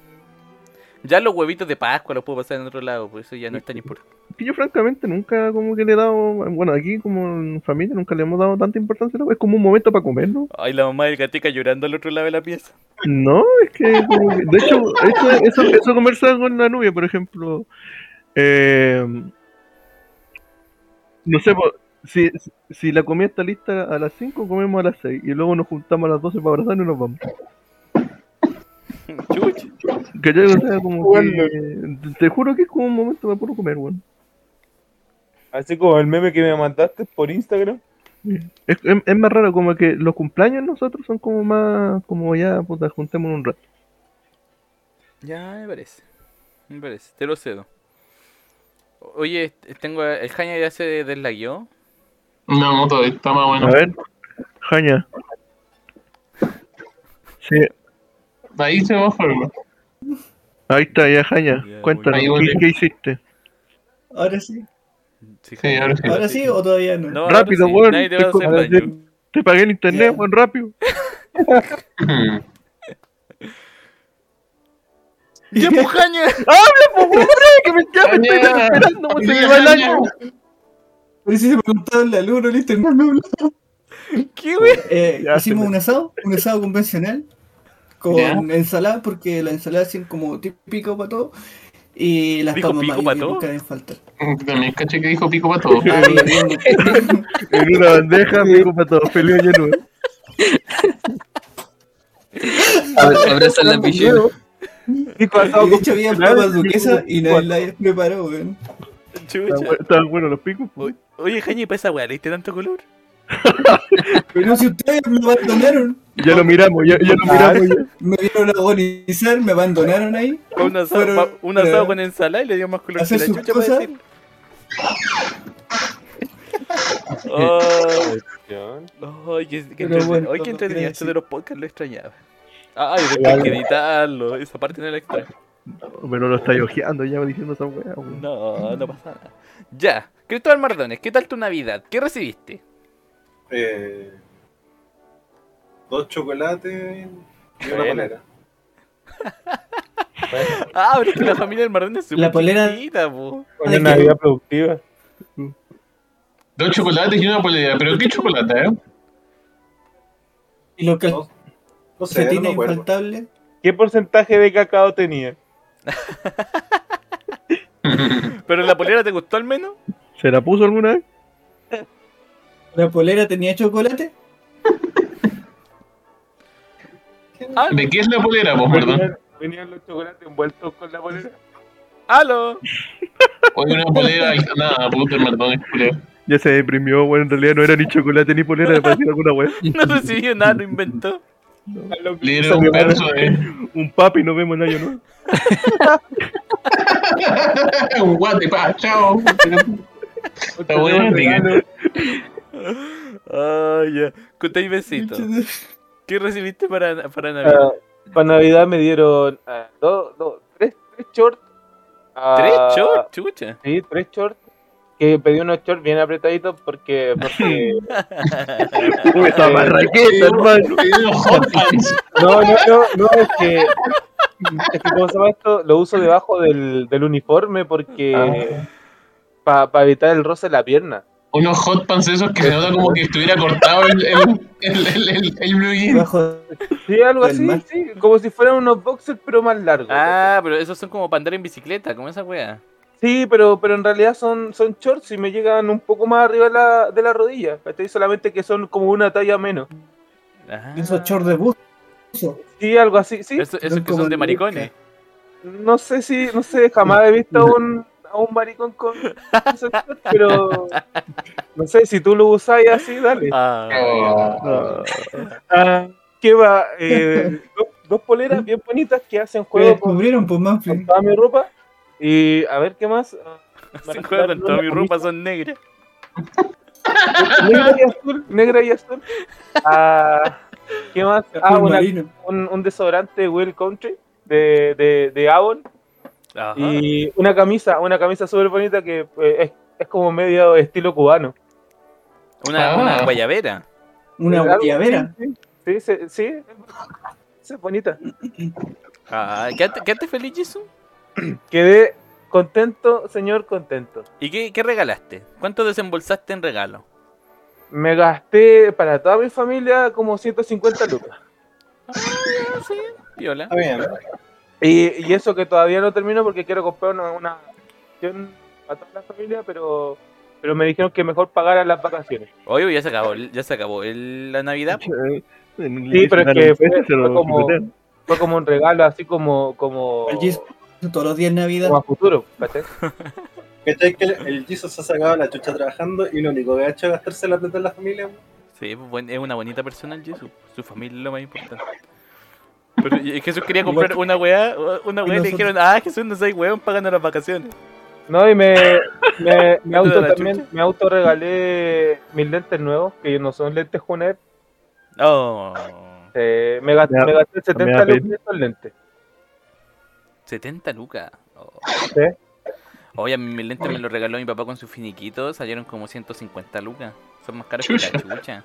[SPEAKER 2] Ya los huevitos de Pascua los puedo pasar en otro lado, por eso ya no es tan importante.
[SPEAKER 6] Que yo, francamente, nunca como que le he dado. Bueno, aquí como en familia nunca le hemos dado tanta importancia. ¿no? Es como un momento para comer, ¿no?
[SPEAKER 2] Ay, la mamá del gatica llorando al otro lado de la [laughs] pieza.
[SPEAKER 6] No, es que, como que- de hecho, eso, eso, eso conversaba con la nube, por ejemplo. Eh, no sé, po, si, si la comida está lista a las 5, comemos a las 6 y luego nos juntamos a las 12 para abrazarnos y nos vamos.
[SPEAKER 2] Chuch.
[SPEAKER 6] ¿Cachai? O sea, como que- te juro que es como un momento para puro comer, weón.
[SPEAKER 3] Así como el meme que me mandaste por Instagram.
[SPEAKER 6] Es, es- es más raro, como que los cumpleaños nosotros son como más, como ya, puta, juntemos un rato.
[SPEAKER 2] Ya, me parece. Me parece, te lo cedo. Oye, est- tengo a- el Jaña ya se deslagueó.
[SPEAKER 4] No, no, todavía está más
[SPEAKER 6] A
[SPEAKER 4] bueno.
[SPEAKER 6] ver, Jaña. Sí,
[SPEAKER 4] Ahí se va a formar.
[SPEAKER 6] ahí está, ya Jaña,
[SPEAKER 2] Ya,
[SPEAKER 6] cuéntanos,
[SPEAKER 4] muy bien.
[SPEAKER 6] ¿qué, qué hiciste?
[SPEAKER 1] Ahora sí.
[SPEAKER 2] Sí,
[SPEAKER 4] Sí, ahora sí.
[SPEAKER 1] Ahora sí o todavía no.
[SPEAKER 2] No,
[SPEAKER 6] Rápido,
[SPEAKER 2] ahora sí,
[SPEAKER 6] weón.
[SPEAKER 2] Nadie te va a
[SPEAKER 6] Estoy
[SPEAKER 2] hacer
[SPEAKER 6] con-
[SPEAKER 2] daño.
[SPEAKER 6] Te pagué el internet,
[SPEAKER 1] Ya.
[SPEAKER 6] weón, rápido.
[SPEAKER 2] ¡Ya, pujaña!
[SPEAKER 6] que me, ya me estoy
[SPEAKER 4] Jaña.
[SPEAKER 6] desesperando, weón, se me va el
[SPEAKER 4] Jaña.
[SPEAKER 6] año.
[SPEAKER 1] Pero si se me contó en la luna, listo, no, no, no.
[SPEAKER 2] ¿Qué, güey?
[SPEAKER 1] Eh,
[SPEAKER 6] Ya, se
[SPEAKER 1] hicimos
[SPEAKER 6] me-
[SPEAKER 1] un asado, un asado convencional con
[SPEAKER 4] Ya.
[SPEAKER 1] ensalada, porque la ensalada es como típico para todo. Y las
[SPEAKER 2] Dijo
[SPEAKER 1] papas
[SPEAKER 2] pico
[SPEAKER 1] mayo
[SPEAKER 2] pa'
[SPEAKER 1] que
[SPEAKER 2] todo.
[SPEAKER 1] nunca deben faltar.
[SPEAKER 4] [laughs] También caché que dijo pico para todo.
[SPEAKER 1] Ah, bien,
[SPEAKER 2] [laughs]
[SPEAKER 1] bien.
[SPEAKER 6] En una bandeja, me ocupa todo. Feliz año nuevo.
[SPEAKER 5] Abra- Abrazan la pichera.
[SPEAKER 3] Dijo
[SPEAKER 1] Y
[SPEAKER 3] asado
[SPEAKER 1] de
[SPEAKER 3] con-
[SPEAKER 1] hecho había papas duquesas y nadie las preparó, weón.
[SPEAKER 6] Estaban
[SPEAKER 2] Chucha.
[SPEAKER 6] bu- Estaban buenos los picos. po.
[SPEAKER 2] Uy, Oye, Jaña, ¿y para esa weá le diste tanto color?
[SPEAKER 1] Pero si ustedes me abandonaron,
[SPEAKER 6] Ya lo miramos, ya, ya lo miramos. ya.
[SPEAKER 1] me vieron a agonizar, me abandonaron ahí.
[SPEAKER 2] Pa' Un asado,
[SPEAKER 1] Pero-
[SPEAKER 2] pa' un
[SPEAKER 1] pero-
[SPEAKER 2] asado con ensalada y le dio más color que
[SPEAKER 1] Hacer
[SPEAKER 2] la
[SPEAKER 1] sus
[SPEAKER 2] chucha para
[SPEAKER 1] cosas.
[SPEAKER 2] decir. [laughs] Ay, ay, qué, qué
[SPEAKER 1] Pero
[SPEAKER 2] entreten-
[SPEAKER 1] bueno,
[SPEAKER 2] ay, qué
[SPEAKER 1] no
[SPEAKER 2] entretenido
[SPEAKER 1] quería
[SPEAKER 2] esto
[SPEAKER 1] decir.
[SPEAKER 2] de los podcasts, lo extrañaba. Ay, Ah, después hay que editarlo, esa parte no la extraño.
[SPEAKER 6] Pero lo estáis ojeando ya diciendo esa weá, weón.
[SPEAKER 2] No, no pasa nada. Ya, Cristóbal Mardones, ¿qué tal tu Navidad? ¿Qué recibiste?
[SPEAKER 7] Eh, dos chocolates y una
[SPEAKER 2] Bueno.
[SPEAKER 7] palera.
[SPEAKER 2] Ah, pero es que la familia del Mardones es
[SPEAKER 1] La polera-
[SPEAKER 2] chiquitita, po.
[SPEAKER 3] Una Navidad productiva.
[SPEAKER 4] Dos chocolates y una polera. ¿Pero qué chocolate, eh?
[SPEAKER 1] Y los
[SPEAKER 7] No sé, no me
[SPEAKER 1] calcetines
[SPEAKER 7] acuerdo.
[SPEAKER 1] infaltables.
[SPEAKER 3] ¿Qué porcentaje de cacao tenía?
[SPEAKER 2] ¿Pero la polera te gustó al menos?
[SPEAKER 6] ¿Se la puso alguna vez?
[SPEAKER 1] La polera tenía chocolate.
[SPEAKER 2] Ah,
[SPEAKER 4] ¿De qué es la polera, pues, perdón?
[SPEAKER 6] [laughs]
[SPEAKER 3] Venían, venían los chocolates envueltos con la bolera.
[SPEAKER 2] ¡Aló!
[SPEAKER 4] Oye, una polera nada, puta, el Mardones, culero.
[SPEAKER 6] Ya se deprimió, weón. En realidad no era ni chocolate ni polera, le parecía alguna weá.
[SPEAKER 2] No recibió nada, lo inventó.
[SPEAKER 4] Le dieron un verso de
[SPEAKER 6] Un papi, nos vemos en año nuevo.
[SPEAKER 4] un guate, pa, chao. Está buena, diga.
[SPEAKER 2] Ay, Ah, ya. Contáis besito. ¿Qué recibiste para, para Navidad?
[SPEAKER 3] Ah, para Navidad me dieron ah, dos, dos, tres, tres shorts. Ah,
[SPEAKER 2] ¿Tres shorts? Chucha.
[SPEAKER 3] Sí, tres shorts. que pedí unos shorts bien apretaditos porque, porque
[SPEAKER 6] Puta
[SPEAKER 3] Eh,
[SPEAKER 6] marraqueta, hermano.
[SPEAKER 4] Pedido hot pants.
[SPEAKER 3] No, no, no, no, es que, es que ¿cómo se llama esto? Lo uso debajo del, del uniforme porque para evitar el roce de la pierna.
[SPEAKER 4] Unos hot pants esos que se nota como que estuviera cortado el, el, el, el, el, el blue jean.
[SPEAKER 1] Bajo
[SPEAKER 3] Sí, algo
[SPEAKER 1] Del
[SPEAKER 3] así,
[SPEAKER 1] mar.
[SPEAKER 3] sí, como si fueran unos boxers pero más largos.
[SPEAKER 2] Ah, pero esos son como para andar en bicicleta, como esa wea.
[SPEAKER 3] Sí, pero, pero en realidad son, son shorts y me llegan un poco más arriba de la, de la rodilla, ¿cachai? Solamente que son como una talla menos.
[SPEAKER 2] Ah.
[SPEAKER 1] esos shorts de bus.
[SPEAKER 3] Sí, algo así, sí.
[SPEAKER 2] Esos, esos
[SPEAKER 1] Son
[SPEAKER 2] que son
[SPEAKER 1] como
[SPEAKER 2] de
[SPEAKER 1] de
[SPEAKER 2] maricones.
[SPEAKER 3] No sé si, no sé, jamás he visto a un, a un maricón con esos shorts, pero no sé, si tú lo usás así, dale.
[SPEAKER 5] [laughs]
[SPEAKER 2] Ah,
[SPEAKER 4] Oh.
[SPEAKER 6] No.
[SPEAKER 3] Ah, que va, eh, dos, dos poleras bien bonitas que hacen
[SPEAKER 1] Que
[SPEAKER 3] juego con,
[SPEAKER 1] descubrieron, pues,
[SPEAKER 3] con
[SPEAKER 1] Manfred.
[SPEAKER 3] toda mi ropa. Y a ver qué más. Ah,
[SPEAKER 2] Se juegan, toda mi ropa son negras.
[SPEAKER 3] Negra y azul. Negra y azul. Ah, ¿Qué más? Ah,
[SPEAKER 1] Azul
[SPEAKER 3] una-
[SPEAKER 1] marino.
[SPEAKER 3] un, un desodorante Will Country de, de, de Avon.
[SPEAKER 2] Ajá.
[SPEAKER 3] Y una camisa, una camisa súper bonita que eh, es, es como medio estilo cubano.
[SPEAKER 2] Una,
[SPEAKER 4] Ah.
[SPEAKER 2] una guayabera.
[SPEAKER 1] Una
[SPEAKER 3] Algo-
[SPEAKER 1] guayabera.
[SPEAKER 3] Sí, sí, sí, sí, esa es bonita.
[SPEAKER 2] Ah, ¿Quedaste, quedaste feliz, Jisoo?
[SPEAKER 3] Quedé contento, señor, contento.
[SPEAKER 2] ¿Y qué, qué regalaste? ¿Cuánto desembolsaste en regalo?
[SPEAKER 3] Me gasté para toda mi familia como 150 lucas.
[SPEAKER 2] Ah, sí, piola.
[SPEAKER 7] Está bien. ¿eh?
[SPEAKER 3] Y, y eso que todavía no termino porque quiero comprar una, una opción a toda la familia, pero, pero me dijeron que mejor pagaran las vacaciones.
[SPEAKER 2] Oye, ya se acabó, ya se acabó el- la Navidad.
[SPEAKER 3] pues. Sí, pero es que fue-
[SPEAKER 6] Se lo
[SPEAKER 3] fue como-
[SPEAKER 6] picotearon.
[SPEAKER 3] Fue como un regalo así como, como,
[SPEAKER 1] Al Jisoo, Todos los días en Navidad.
[SPEAKER 3] como a futuro. ¿cachai?
[SPEAKER 7] ¿Cachai que el Jesus se ha sacado la chucha trabajando y lo único que ha hecho es gastarse la plata de la familia? weón?
[SPEAKER 2] Sí, es buen- es una bonita persona el Jesús. Su familia es lo más importante. Pero y- Jesús quería comprar una weá, una weá y le
[SPEAKER 1] nosotros.
[SPEAKER 2] dijeron, ah, Jesús no soy weón pagando las vacaciones.
[SPEAKER 3] No, y me,
[SPEAKER 2] [laughs]
[SPEAKER 3] me, me auto
[SPEAKER 2] ¿Te da la
[SPEAKER 3] también,
[SPEAKER 2] chucha?
[SPEAKER 3] me auto regalé mis lentes nuevos, que no son lentes Junet.
[SPEAKER 2] Oh,
[SPEAKER 3] Eh, me, gasté,
[SPEAKER 6] Me da-
[SPEAKER 3] me gasté 70
[SPEAKER 6] pena.
[SPEAKER 3] lucas en esos lentes.
[SPEAKER 2] 70 lucas. Oh.
[SPEAKER 3] Sí.
[SPEAKER 2] Oye, a mí mi lente me lo regaló mi papá con su finiquito, salieron como 150 lucas. Son más caros que la chucha.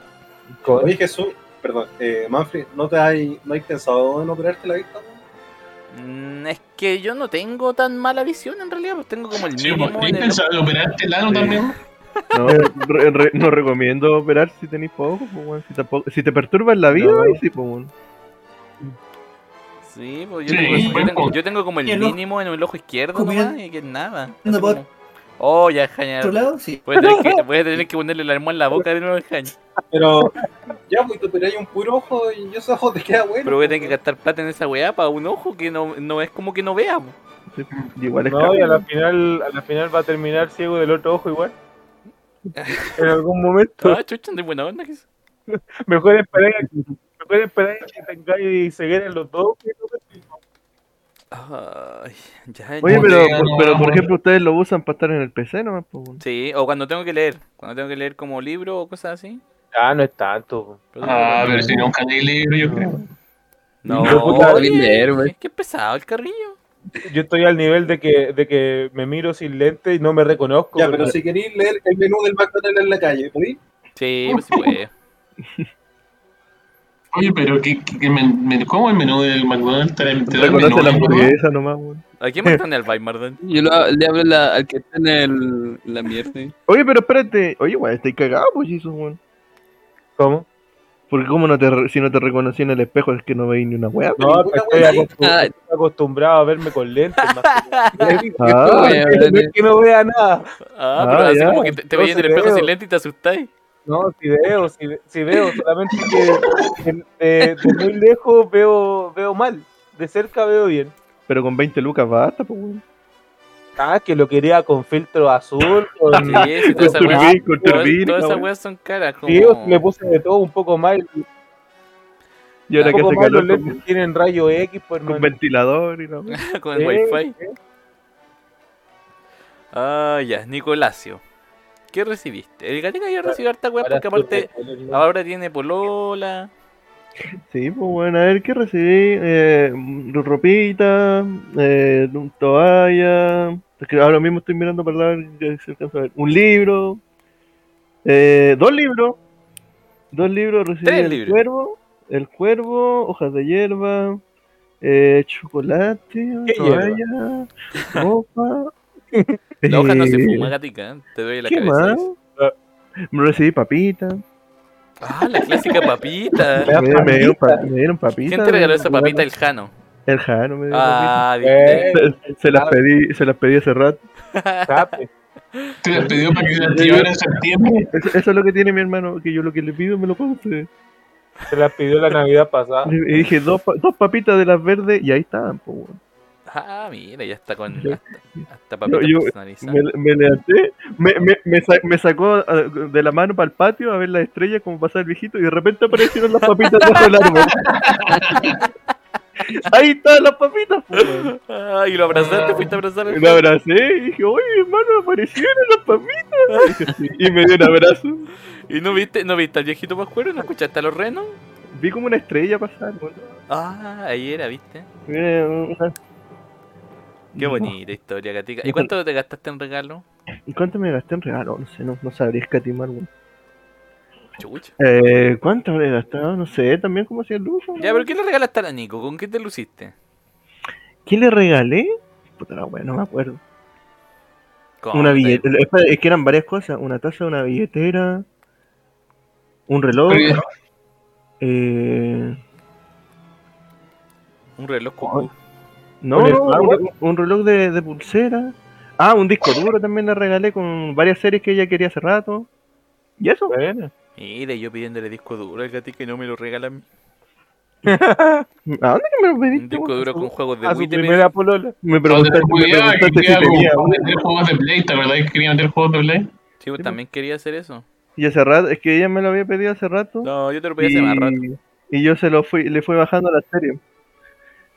[SPEAKER 3] Con-
[SPEAKER 7] Oye, Jesús, perdón, eh, Manfred, ¿no te hay, no hay pensado en operarte la vista? weón?
[SPEAKER 2] Mm, es que yo no tengo tan mala visión en realidad, pues tengo como el
[SPEAKER 4] Sí,
[SPEAKER 2] mínimo
[SPEAKER 4] pues, ¿tenés
[SPEAKER 2] en el-
[SPEAKER 4] pensado en operarte el ano también?
[SPEAKER 3] [laughs]
[SPEAKER 6] No, re- re- no recomiendo operar si tenéis poco, pues, weón. si, tampoco- si te perturbas la vida,
[SPEAKER 3] No.
[SPEAKER 6] ahí sí, pues, weón.
[SPEAKER 2] Sí, pues yo,
[SPEAKER 4] Sí,
[SPEAKER 2] tengo, yo,
[SPEAKER 4] buen
[SPEAKER 2] tengo,
[SPEAKER 4] punto.
[SPEAKER 2] yo tengo como el
[SPEAKER 1] Y el ojo-
[SPEAKER 2] mínimo en el ojo izquierdo
[SPEAKER 1] comiendo-
[SPEAKER 2] nomás y que nada.
[SPEAKER 1] comiendo
[SPEAKER 2] Así como- Oh, ya, Jaña.
[SPEAKER 1] ¿Otro lado? Sí.
[SPEAKER 2] Voy a, tener que,
[SPEAKER 1] [laughs]
[SPEAKER 2] voy a tener que ponerle el arma en la boca de nuevo al Jaña.
[SPEAKER 7] Pero ya, pues te operáis un puro ojo y ese ojo [laughs] te queda bueno.
[SPEAKER 2] Pero voy a tener que gastar plata en esa weá para un ojo que no, no es como que no vea. po.
[SPEAKER 6] Y Igual es
[SPEAKER 3] No,
[SPEAKER 6] caro,
[SPEAKER 3] y a la
[SPEAKER 6] weón.
[SPEAKER 3] final, a la final va a terminar ciego del otro ojo igual. En algún momento.
[SPEAKER 2] Ah, chucha, de buena onda que es.
[SPEAKER 3] Mejor esperar, mejor esperar que tengáis ceguera en los dos. que no-
[SPEAKER 2] Ay, ya,
[SPEAKER 6] Oye,
[SPEAKER 2] ya.
[SPEAKER 6] pero,
[SPEAKER 4] Bodega,
[SPEAKER 6] por-
[SPEAKER 4] no,
[SPEAKER 6] pero por
[SPEAKER 4] bodega.
[SPEAKER 6] ejemplo, ustedes lo usan para estar en el PC nomás, pues, weón.
[SPEAKER 2] Sí, o cuando tengo que leer. Cuando tengo que leer como libro o cosas así.
[SPEAKER 3] Ah, no es tanto.
[SPEAKER 2] Pero-
[SPEAKER 4] Ah, pero si nunca leí libro, yo creo.
[SPEAKER 2] No,
[SPEAKER 3] Yo, puta,
[SPEAKER 2] oye,
[SPEAKER 5] bien leer, wey.
[SPEAKER 2] qué- qué pesado el carrillo.
[SPEAKER 3] Yo estoy al nivel de que, de que me miro sin lente y no me reconozco.
[SPEAKER 7] Ya,
[SPEAKER 3] pero-
[SPEAKER 7] pero si queréis leer el menú del McDonald's en la calle, ¿podéis?
[SPEAKER 2] Sí, pues sí, pues.
[SPEAKER 4] Oye, pero ¿qué, qué- qué men- men- ¿cómo el menú del McDonald's? ¿Te, te da el menú,
[SPEAKER 6] Reconoce la
[SPEAKER 4] ¿no?
[SPEAKER 6] hamburguesa nomás, weón.
[SPEAKER 2] ¿A quién matan el Weimar? Dan?
[SPEAKER 5] Yo lo- le hablo la- al que está en el, la mierda. ¿eh?
[SPEAKER 6] Oye, pero espérate. Oye, weón, estoy cagado, pues, Jesus, weón.
[SPEAKER 3] ¿Cómo?
[SPEAKER 6] Porque como no te, re- si no te reconocí en el espejo es que no veis ni una weá.
[SPEAKER 3] No,
[SPEAKER 7] Ninguna
[SPEAKER 3] pues
[SPEAKER 7] wea.
[SPEAKER 3] estoy, acostum-
[SPEAKER 5] Ah.
[SPEAKER 3] estoy acostumbrado a verme con lentes. Más que...
[SPEAKER 5] [laughs]
[SPEAKER 6] Ah,
[SPEAKER 5] ya,
[SPEAKER 3] no, es que no vea nada.
[SPEAKER 2] Ah,
[SPEAKER 6] Ah,
[SPEAKER 2] pero así
[SPEAKER 6] ya.
[SPEAKER 2] como que te, te veía en el
[SPEAKER 3] Entonces
[SPEAKER 2] espejo
[SPEAKER 3] veo.
[SPEAKER 2] sin lente y te asustáis.
[SPEAKER 3] No, si veo, si, si veo, solamente que de, de- de muy lejos veo, veo mal, de cerca veo bien.
[SPEAKER 6] pero con 20 lucas basta, pues, weón.
[SPEAKER 3] Ah, que lo quería con filtro azul,
[SPEAKER 2] [laughs]
[SPEAKER 3] con...
[SPEAKER 6] [laughs]
[SPEAKER 2] Sí, sí, toda esa
[SPEAKER 6] Con
[SPEAKER 2] weá.
[SPEAKER 6] turbina, con
[SPEAKER 2] Todas
[SPEAKER 6] turbina,
[SPEAKER 2] todas esas
[SPEAKER 6] weón.
[SPEAKER 2] weas son caras. Como...
[SPEAKER 3] Sí, yo le puse de todo un poco mal.
[SPEAKER 6] Y ahora
[SPEAKER 3] un
[SPEAKER 6] que
[SPEAKER 3] poco
[SPEAKER 6] hace
[SPEAKER 3] mal los
[SPEAKER 6] calor con,
[SPEAKER 3] lentes tienen rayo X, pues
[SPEAKER 6] con
[SPEAKER 3] hermano.
[SPEAKER 6] ventilador y la weá.
[SPEAKER 2] [laughs] con
[SPEAKER 3] Sí,
[SPEAKER 2] wifi.
[SPEAKER 6] eh.
[SPEAKER 3] sí.
[SPEAKER 2] Ah, ya, Nicolasio. ¿Qué recibiste? El Gatica ya recibió harta weá
[SPEAKER 3] Ahora
[SPEAKER 2] porque aparte
[SPEAKER 3] estoy de color,
[SPEAKER 2] Ah, ahora tiene polola.
[SPEAKER 6] Sí, pues bueno, a ver qué recibí. Eh, ropita, eh, un toalla, Porque ahora mismo estoy mirando para la ver si alcanzo a ver. Un libro. eh, dos libros. Dos libros recibí
[SPEAKER 2] Tres
[SPEAKER 6] el
[SPEAKER 2] libros.
[SPEAKER 6] cuervo. El cuervo, hojas de hierba, eh, chocolate,
[SPEAKER 3] ¿Qué
[SPEAKER 6] toalla, ropa.
[SPEAKER 2] [laughs] La hoja no se
[SPEAKER 6] eh,
[SPEAKER 2] fuma, gatica. ¿eh? Te doy la
[SPEAKER 6] ¿Qué
[SPEAKER 2] cabeza.
[SPEAKER 6] más? Me recibí papita.
[SPEAKER 2] Ah, la
[SPEAKER 6] [laughs]
[SPEAKER 2] clásica papita.
[SPEAKER 6] Me, me dieron pa- me dieron papita.
[SPEAKER 2] ¿Quién te regaló esa
[SPEAKER 6] me-
[SPEAKER 2] papita? El Jano.
[SPEAKER 6] El Jano me dio
[SPEAKER 2] Ah,
[SPEAKER 3] Eh,
[SPEAKER 2] viste.
[SPEAKER 6] papita. Se, se las pedí, se las pedí hace rato.
[SPEAKER 3] escape.
[SPEAKER 4] Te las pidió para que se activara en septiembre.
[SPEAKER 6] Eso, eso es lo que tiene mi hermano, que yo lo que le pido me lo concede.
[SPEAKER 3] Se la pidió la Navidad
[SPEAKER 2] [laughs]
[SPEAKER 3] pasada.
[SPEAKER 6] Y dije, dos, pa- dos papitas de las verdes y ahí estaban. po, weón.
[SPEAKER 2] Ah, mira, ya está con.
[SPEAKER 6] Yo-
[SPEAKER 2] Hasta, hasta papita
[SPEAKER 6] yo-
[SPEAKER 2] personalizada.
[SPEAKER 6] me, me levanté, me, me, me sa- me sacó ah, de la mano para el patio a ver las estrellas como pasaba el viejito y de repente aparecieron las papitas bajo el árbol. ahí estaban las papitas. po, weón.
[SPEAKER 2] Ah, y lo abrazaste, fuiste a abrazar.
[SPEAKER 6] Y Lo abracé y dije, oye hermano, aparecieron las papitas. Y dije, "Sí". Y me dio un abrazo.
[SPEAKER 2] ¿Y no viste, no viste al viejito pascuero? ¿No escuchaste a los renos?
[SPEAKER 6] Vi como una estrella pasar. weón.
[SPEAKER 2] Ah, ahí era, viste.
[SPEAKER 6] Mira, una-
[SPEAKER 2] Qué bonita historia, gatica. ¿Y cuánto te gastaste en regalo?
[SPEAKER 6] ¿Y cuánto me gasté en regalo? No sé, no, no sabría escatimar. weón.
[SPEAKER 2] Chucha.
[SPEAKER 6] Eh, ¿Cuánto habré gastado? No sé, también como 100 lujo.
[SPEAKER 2] Ya, pero ¿qué le regalaste a la Nico? ¿Con qué te luciste?
[SPEAKER 6] ¿Qué le regalé? Puta la wea, no me acuerdo.
[SPEAKER 2] Con
[SPEAKER 6] Una billetera. Es que eran varias cosas. Una taza, una billetera. Un reloj.
[SPEAKER 4] Pero-
[SPEAKER 6] eh,
[SPEAKER 2] Un reloj cucú.
[SPEAKER 6] no,
[SPEAKER 3] ¿Un
[SPEAKER 6] un,
[SPEAKER 3] smartwatch?
[SPEAKER 6] un reloj de, de pulsera. Ah, un disco duro también le regalé con varias series que ella quería hace rato. ¿Y eso?
[SPEAKER 2] ¿Eh?
[SPEAKER 3] Bueno,
[SPEAKER 2] Mira, yo pidiéndole disco duro al gatito y no me lo regalan.
[SPEAKER 6] ¿A dónde que me lo
[SPEAKER 2] Un
[SPEAKER 6] pediste?
[SPEAKER 2] disco
[SPEAKER 6] weón?
[SPEAKER 2] duro con juegos de
[SPEAKER 3] a su
[SPEAKER 2] Wii. te
[SPEAKER 3] primera polola.
[SPEAKER 6] Me
[SPEAKER 4] Cuando
[SPEAKER 6] preguntaste, me
[SPEAKER 4] cuidaba que
[SPEAKER 6] preguntaste
[SPEAKER 4] quería
[SPEAKER 6] si tenía.
[SPEAKER 4] como
[SPEAKER 6] weón.
[SPEAKER 4] meter juegos de Play, ¿te acordás que quería meter juegos de Play?
[SPEAKER 2] pedí. Sí, vos también quería hacer eso.
[SPEAKER 6] Y hace rato, es que ella me lo había pedido hace rato.
[SPEAKER 2] No, yo te lo pedí hace más rato.
[SPEAKER 6] y yo se lo fui, le fui bajando la serie.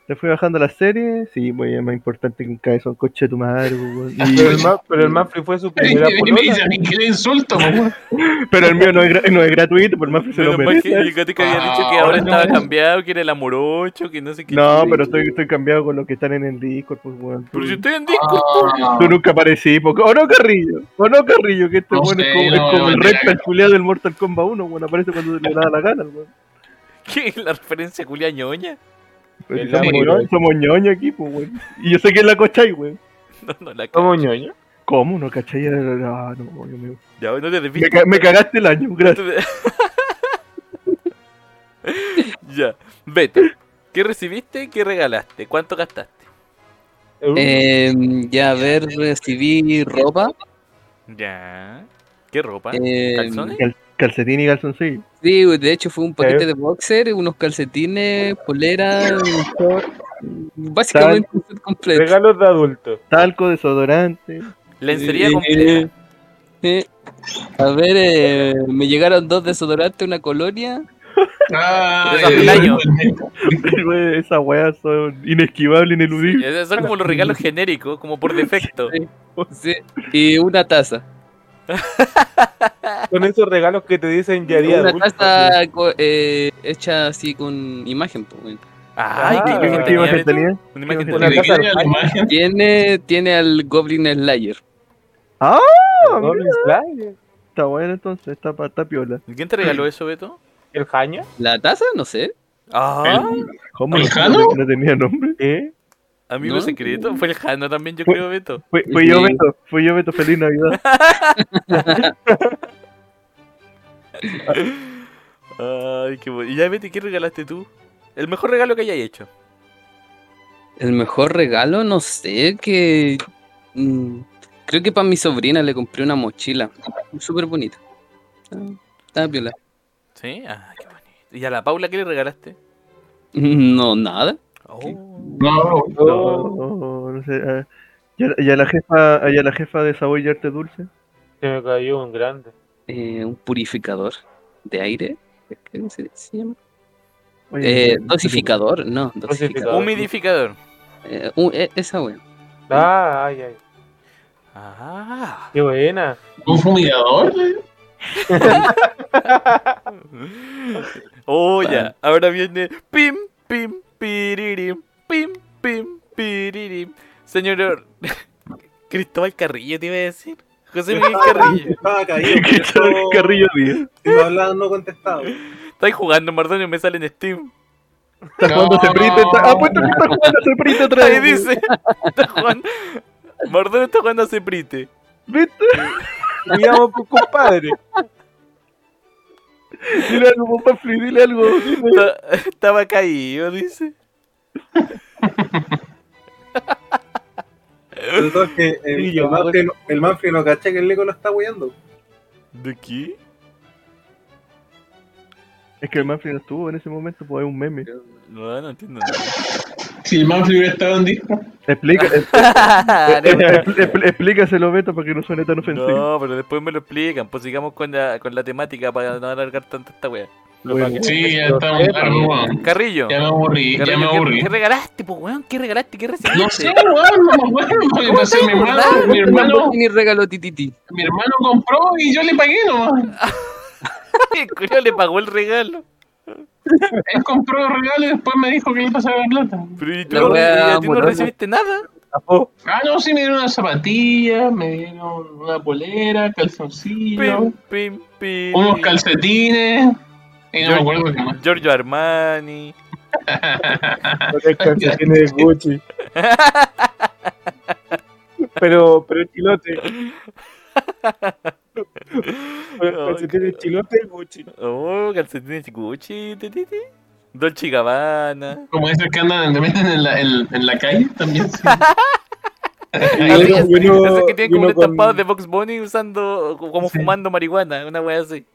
[SPEAKER 6] Le fui bajando la serie, sí, pues es más importante que un cabezón coche de tu madre,
[SPEAKER 2] [laughs]
[SPEAKER 6] pues, weón. Y-
[SPEAKER 3] Pero el, Ma- pero el Manfred fue
[SPEAKER 4] [laughs]
[SPEAKER 3] su
[SPEAKER 4] Y
[SPEAKER 3] primera
[SPEAKER 4] me dice
[SPEAKER 3] polola.
[SPEAKER 4] a mí que le insulto, po.
[SPEAKER 6] pero el mío no es, gra- no es gratuito, por más que se lo
[SPEAKER 2] Menos mal que
[SPEAKER 6] merece.
[SPEAKER 2] el gatito había
[SPEAKER 4] Ah,
[SPEAKER 2] dicho que ahora
[SPEAKER 4] ahora no.
[SPEAKER 2] estaba cambiado, que era el amorocho, que no sé qué.
[SPEAKER 6] No, pero estoy, estoy cambiado con los que están en el Discord, pues weón. Tú,
[SPEAKER 2] Pero si estoy en disco.
[SPEAKER 4] Ah,
[SPEAKER 6] tú nunca aparecí, porque. O no Carrillo, o no Carrillo, que este
[SPEAKER 4] No
[SPEAKER 6] weón
[SPEAKER 4] sé,
[SPEAKER 6] es como, es
[SPEAKER 4] no,
[SPEAKER 6] como el
[SPEAKER 4] no,
[SPEAKER 6] rey
[SPEAKER 4] no.
[SPEAKER 6] calculado del Mortal Kombat 1, weón, aparece cuando le da la gana, weón.
[SPEAKER 2] [laughs] ¿Qué? ¿La referencia Julia Ñoña?
[SPEAKER 6] Pero si
[SPEAKER 3] El
[SPEAKER 6] somos,
[SPEAKER 3] amigo.
[SPEAKER 6] ñoños, somos ñoños aquí, pues weón. Y yo sé que es la cochay, weón.
[SPEAKER 2] No, no la
[SPEAKER 3] ¿Cómo
[SPEAKER 2] cago.
[SPEAKER 3] ñoño?
[SPEAKER 6] ¿Cómo? ¿No cachai? Ah, no, yo me...
[SPEAKER 2] Ya, no te
[SPEAKER 6] Me,
[SPEAKER 2] desvíes.
[SPEAKER 6] ca- me cagaste el año, gracias.
[SPEAKER 2] [laughs] ya. Beto, ¿qué recibiste? ¿Qué regalaste? ¿Cuánto gastaste?
[SPEAKER 5] Eh, ya, a ver, recibí ropa.
[SPEAKER 2] Ya. ¿Qué ropa?
[SPEAKER 5] eh,
[SPEAKER 2] ¿Calzones?
[SPEAKER 6] Cal- calcetín y calzoncillo.
[SPEAKER 5] Sí, de hecho fue un paquete de boxer, unos calcetines, polera, un short, básicamente un set completo.
[SPEAKER 3] Regalos de adulto.
[SPEAKER 6] Talco, desodorante.
[SPEAKER 2] Lencería
[SPEAKER 5] Eh,
[SPEAKER 2] completa.
[SPEAKER 5] eh, a ver, eh, me llegaron dos desodorantes, una colonia.
[SPEAKER 4] Ah,
[SPEAKER 2] Pero es
[SPEAKER 4] eh,
[SPEAKER 2] año.
[SPEAKER 6] Güey, Esas weas son inesquivables, ineludibles.
[SPEAKER 2] Esos Son como los regalos genéricos, como por defecto.
[SPEAKER 5] Sí. sí, y una taza.
[SPEAKER 3] Son esos regalos que te dicen ya día
[SPEAKER 5] Una
[SPEAKER 3] adulto.
[SPEAKER 5] taza co- eh, hecha así con imagen. pues, güey.
[SPEAKER 2] Ay, qué
[SPEAKER 3] Ah,
[SPEAKER 2] imagen
[SPEAKER 6] ¿Qué
[SPEAKER 2] tenía
[SPEAKER 6] imagen
[SPEAKER 2] Beto?
[SPEAKER 6] tenía?
[SPEAKER 2] Una imagen
[SPEAKER 6] ¿Qué
[SPEAKER 4] ¿Le
[SPEAKER 3] imagen
[SPEAKER 2] tenía.
[SPEAKER 3] casa
[SPEAKER 4] quería la
[SPEAKER 3] del
[SPEAKER 4] imagen?
[SPEAKER 5] Tiene, tiene al Goblin Slayer.
[SPEAKER 6] Ah,
[SPEAKER 3] No,
[SPEAKER 6] mira,
[SPEAKER 3] Slide.
[SPEAKER 6] está bueno entonces, está, pa- está piola.
[SPEAKER 2] ¿Quién te regaló eso, Beto?
[SPEAKER 3] ¿El jaña?
[SPEAKER 5] ¿La taza? No sé.
[SPEAKER 2] Ah,
[SPEAKER 6] ¿Cómo
[SPEAKER 4] ¿El
[SPEAKER 6] no,
[SPEAKER 4] Jano?
[SPEAKER 6] sabía que no tenía nombre?
[SPEAKER 3] ¿Eh?
[SPEAKER 2] amigo
[SPEAKER 5] ¿No?
[SPEAKER 2] secreto. Fue el Jano también, yo creo, Beto.
[SPEAKER 6] Fui, fui yo,
[SPEAKER 5] Sí.
[SPEAKER 6] Beto. Fui yo, Beto. Feliz Navidad.
[SPEAKER 2] Ay, qué bueno. ¿Y ya, Beto, qué regalaste tú? El mejor regalo que hayas hecho.
[SPEAKER 5] El mejor regalo, no sé, que... mm, creo que para mi sobrina le compré una mochila. Súper bonita. Ah, Estaba piola. [laughs]
[SPEAKER 2] ¿Sí? Ah, qué bonito. ¿Y a la Paula qué le regalaste?
[SPEAKER 5] No, nada.
[SPEAKER 2] Oh.
[SPEAKER 4] No,
[SPEAKER 6] No, no sé. ah, ¿Y a, y a la jefa, ah, y a la jefa de Sabor y Arte Dulce?
[SPEAKER 3] Se me cayó un grande.
[SPEAKER 5] Eh, un purificador de aire. creo que se- se llama.
[SPEAKER 6] Oye,
[SPEAKER 5] Eh, dosificador, no, dosificador.
[SPEAKER 2] Humidificador.
[SPEAKER 5] Eh, un- eh, esa wea.
[SPEAKER 3] Ah, ay, ay.
[SPEAKER 2] Ah.
[SPEAKER 3] Qué buena.
[SPEAKER 4] un fumigador. ¿eh?
[SPEAKER 2] Oh, ya. Ahora viene. Pim, pim, piririm. Pim, pim, piririm. Señor. [laughs] Cristóbal Carrillo te iba a decir. José Miguel Carrillo.
[SPEAKER 7] Estaba [laughs] caído.
[SPEAKER 6] [laughs] ¿Qué tal
[SPEAKER 7] pero-
[SPEAKER 6] Carrillo Díaz?
[SPEAKER 7] Si me hablaban, no contestaba.
[SPEAKER 2] Estáis jugando, Mardonio, me sale en Steam.
[SPEAKER 6] Está
[SPEAKER 4] No,
[SPEAKER 6] jugando Ceprite.
[SPEAKER 4] no.
[SPEAKER 6] Está... Apuesto que está jugando Ceprite otra
[SPEAKER 2] Ahí
[SPEAKER 6] vez.
[SPEAKER 2] dice. [laughs] Está jugando. Mardonio está jugando a Ceprite.
[SPEAKER 6] ¿Viste?
[SPEAKER 3] Digamos, pues, [laughs] compadre.
[SPEAKER 6] Dile algo, Pafli, dile algo.
[SPEAKER 2] Está- Estaba caído, dice.
[SPEAKER 7] Sobre todo es que el,
[SPEAKER 6] Sí, yo,
[SPEAKER 7] el Manfred, no- el Manfred no cacha que el Leco lo está weyando.
[SPEAKER 2] ¿De qué?
[SPEAKER 6] Es que el Manfred no estuvo en ese momento, pues es un meme.
[SPEAKER 2] No, no entiendo nada.
[SPEAKER 4] Si el Manfred hubiera estado en disco,
[SPEAKER 2] [laughs]
[SPEAKER 6] Explica,
[SPEAKER 2] Dale,
[SPEAKER 6] expl- expl- explícalo, Beto, para que no suene tan ofensivo.
[SPEAKER 2] No, pero después me lo explican. Pues sigamos con la, con la temática para no alargar tanto esta wea.
[SPEAKER 6] Bueno,
[SPEAKER 4] sí, ya estamos largo, weón.
[SPEAKER 2] Carrillo.
[SPEAKER 4] Ya me aburrí, ya me
[SPEAKER 2] Carrillo, ¿qué-
[SPEAKER 4] aburrí.
[SPEAKER 2] ¿qué, regalaste, pues, weón? ¿Qué regalaste? ¿Qué recibiste? [laughs]
[SPEAKER 4] No sé, weón, no me acuerdo. porque pasé mi hermano, Ah, mi hermano,
[SPEAKER 5] Ni regalo tititi.
[SPEAKER 4] mi hermano compró y yo le pagué nomás.
[SPEAKER 2] El culiao le pagó el regalo.
[SPEAKER 4] Él compró el regalo y después me dijo que le pasaba la plata.
[SPEAKER 2] Pero ¿y tú
[SPEAKER 5] La
[SPEAKER 2] no,
[SPEAKER 5] wea
[SPEAKER 2] y a ti no
[SPEAKER 5] amorosa.
[SPEAKER 2] recibiste nada?
[SPEAKER 3] Tapó.
[SPEAKER 4] Ah, no, sí, me dieron unas zapatillas, me dieron una polera, calzoncillos,
[SPEAKER 2] Pim, pim, pim.
[SPEAKER 4] unos calcetines.
[SPEAKER 2] eh,
[SPEAKER 4] Y no
[SPEAKER 2] Yo-
[SPEAKER 4] me acuerdo qué más.
[SPEAKER 2] Giorgio Armani.
[SPEAKER 3] Porque el calcetín es Gucci. Pero, pero el chilote.
[SPEAKER 7] [laughs]
[SPEAKER 3] Pero el calcetín es chilote es Gucci.
[SPEAKER 2] Oh, calcetines Gucci. ti, ti, ti. Dolce y Gabbana.
[SPEAKER 4] Como esos que andan, te meten en la, en, en la calle también.
[SPEAKER 1] [laughs]
[SPEAKER 4] sí.
[SPEAKER 2] Así
[SPEAKER 3] uno-
[SPEAKER 2] es,
[SPEAKER 3] y uno-
[SPEAKER 2] esos que tienen
[SPEAKER 3] y
[SPEAKER 2] como
[SPEAKER 3] uno
[SPEAKER 2] un estampado
[SPEAKER 3] con-
[SPEAKER 2] de Box Bunny usando, como
[SPEAKER 4] Sí.
[SPEAKER 2] fumando marihuana, una wea así.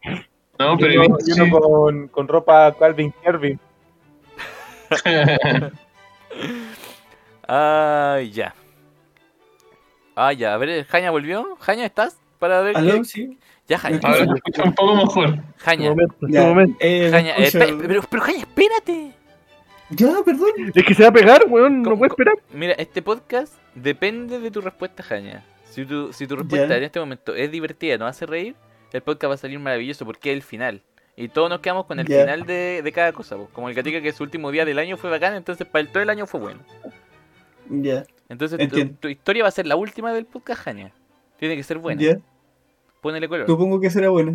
[SPEAKER 4] No,
[SPEAKER 3] Y
[SPEAKER 4] pero.
[SPEAKER 3] uno, y uno con, con ropa Calvin Kervin.
[SPEAKER 2] Ah, ya. Ah, ya. A ver, Jaña volvió. Jaña, ¿estás? Para ver.
[SPEAKER 1] ¿Aló?
[SPEAKER 2] qué-
[SPEAKER 1] Sí.
[SPEAKER 2] Ya, Jaña.
[SPEAKER 4] A ver, escucha un poco mejor.
[SPEAKER 6] Un
[SPEAKER 2] Jaña.
[SPEAKER 6] momento,
[SPEAKER 1] Ya,
[SPEAKER 6] un momento.
[SPEAKER 1] eh,
[SPEAKER 2] Este Jaña, eh,
[SPEAKER 1] escucho-
[SPEAKER 2] espe- pero, pero Jaña, espérate.
[SPEAKER 1] Ya, perdón.
[SPEAKER 6] Es que se va a pegar, weón, no
[SPEAKER 2] ¿Cómo-
[SPEAKER 6] puede esperar.
[SPEAKER 2] Mira, este podcast depende de tu respuesta, Jaña. Si tu, si tu respuesta
[SPEAKER 1] Ya.
[SPEAKER 2] en este momento es divertida, nos hace reír, el podcast va a salir maravilloso porque es el final. Y todos nos quedamos con el
[SPEAKER 1] Ya.
[SPEAKER 2] final de, de cada cosa. po. Como el Gatica que su último día del año fue bacán, entonces para el todo el año fue bueno.
[SPEAKER 1] Ya,
[SPEAKER 2] Entonces tu,
[SPEAKER 1] Entiendo.
[SPEAKER 2] tu historia va a ser la última del podcast, Jaña. Tiene que ser buena.
[SPEAKER 1] ya.
[SPEAKER 2] Ponele color.
[SPEAKER 1] Supongo que será bueno.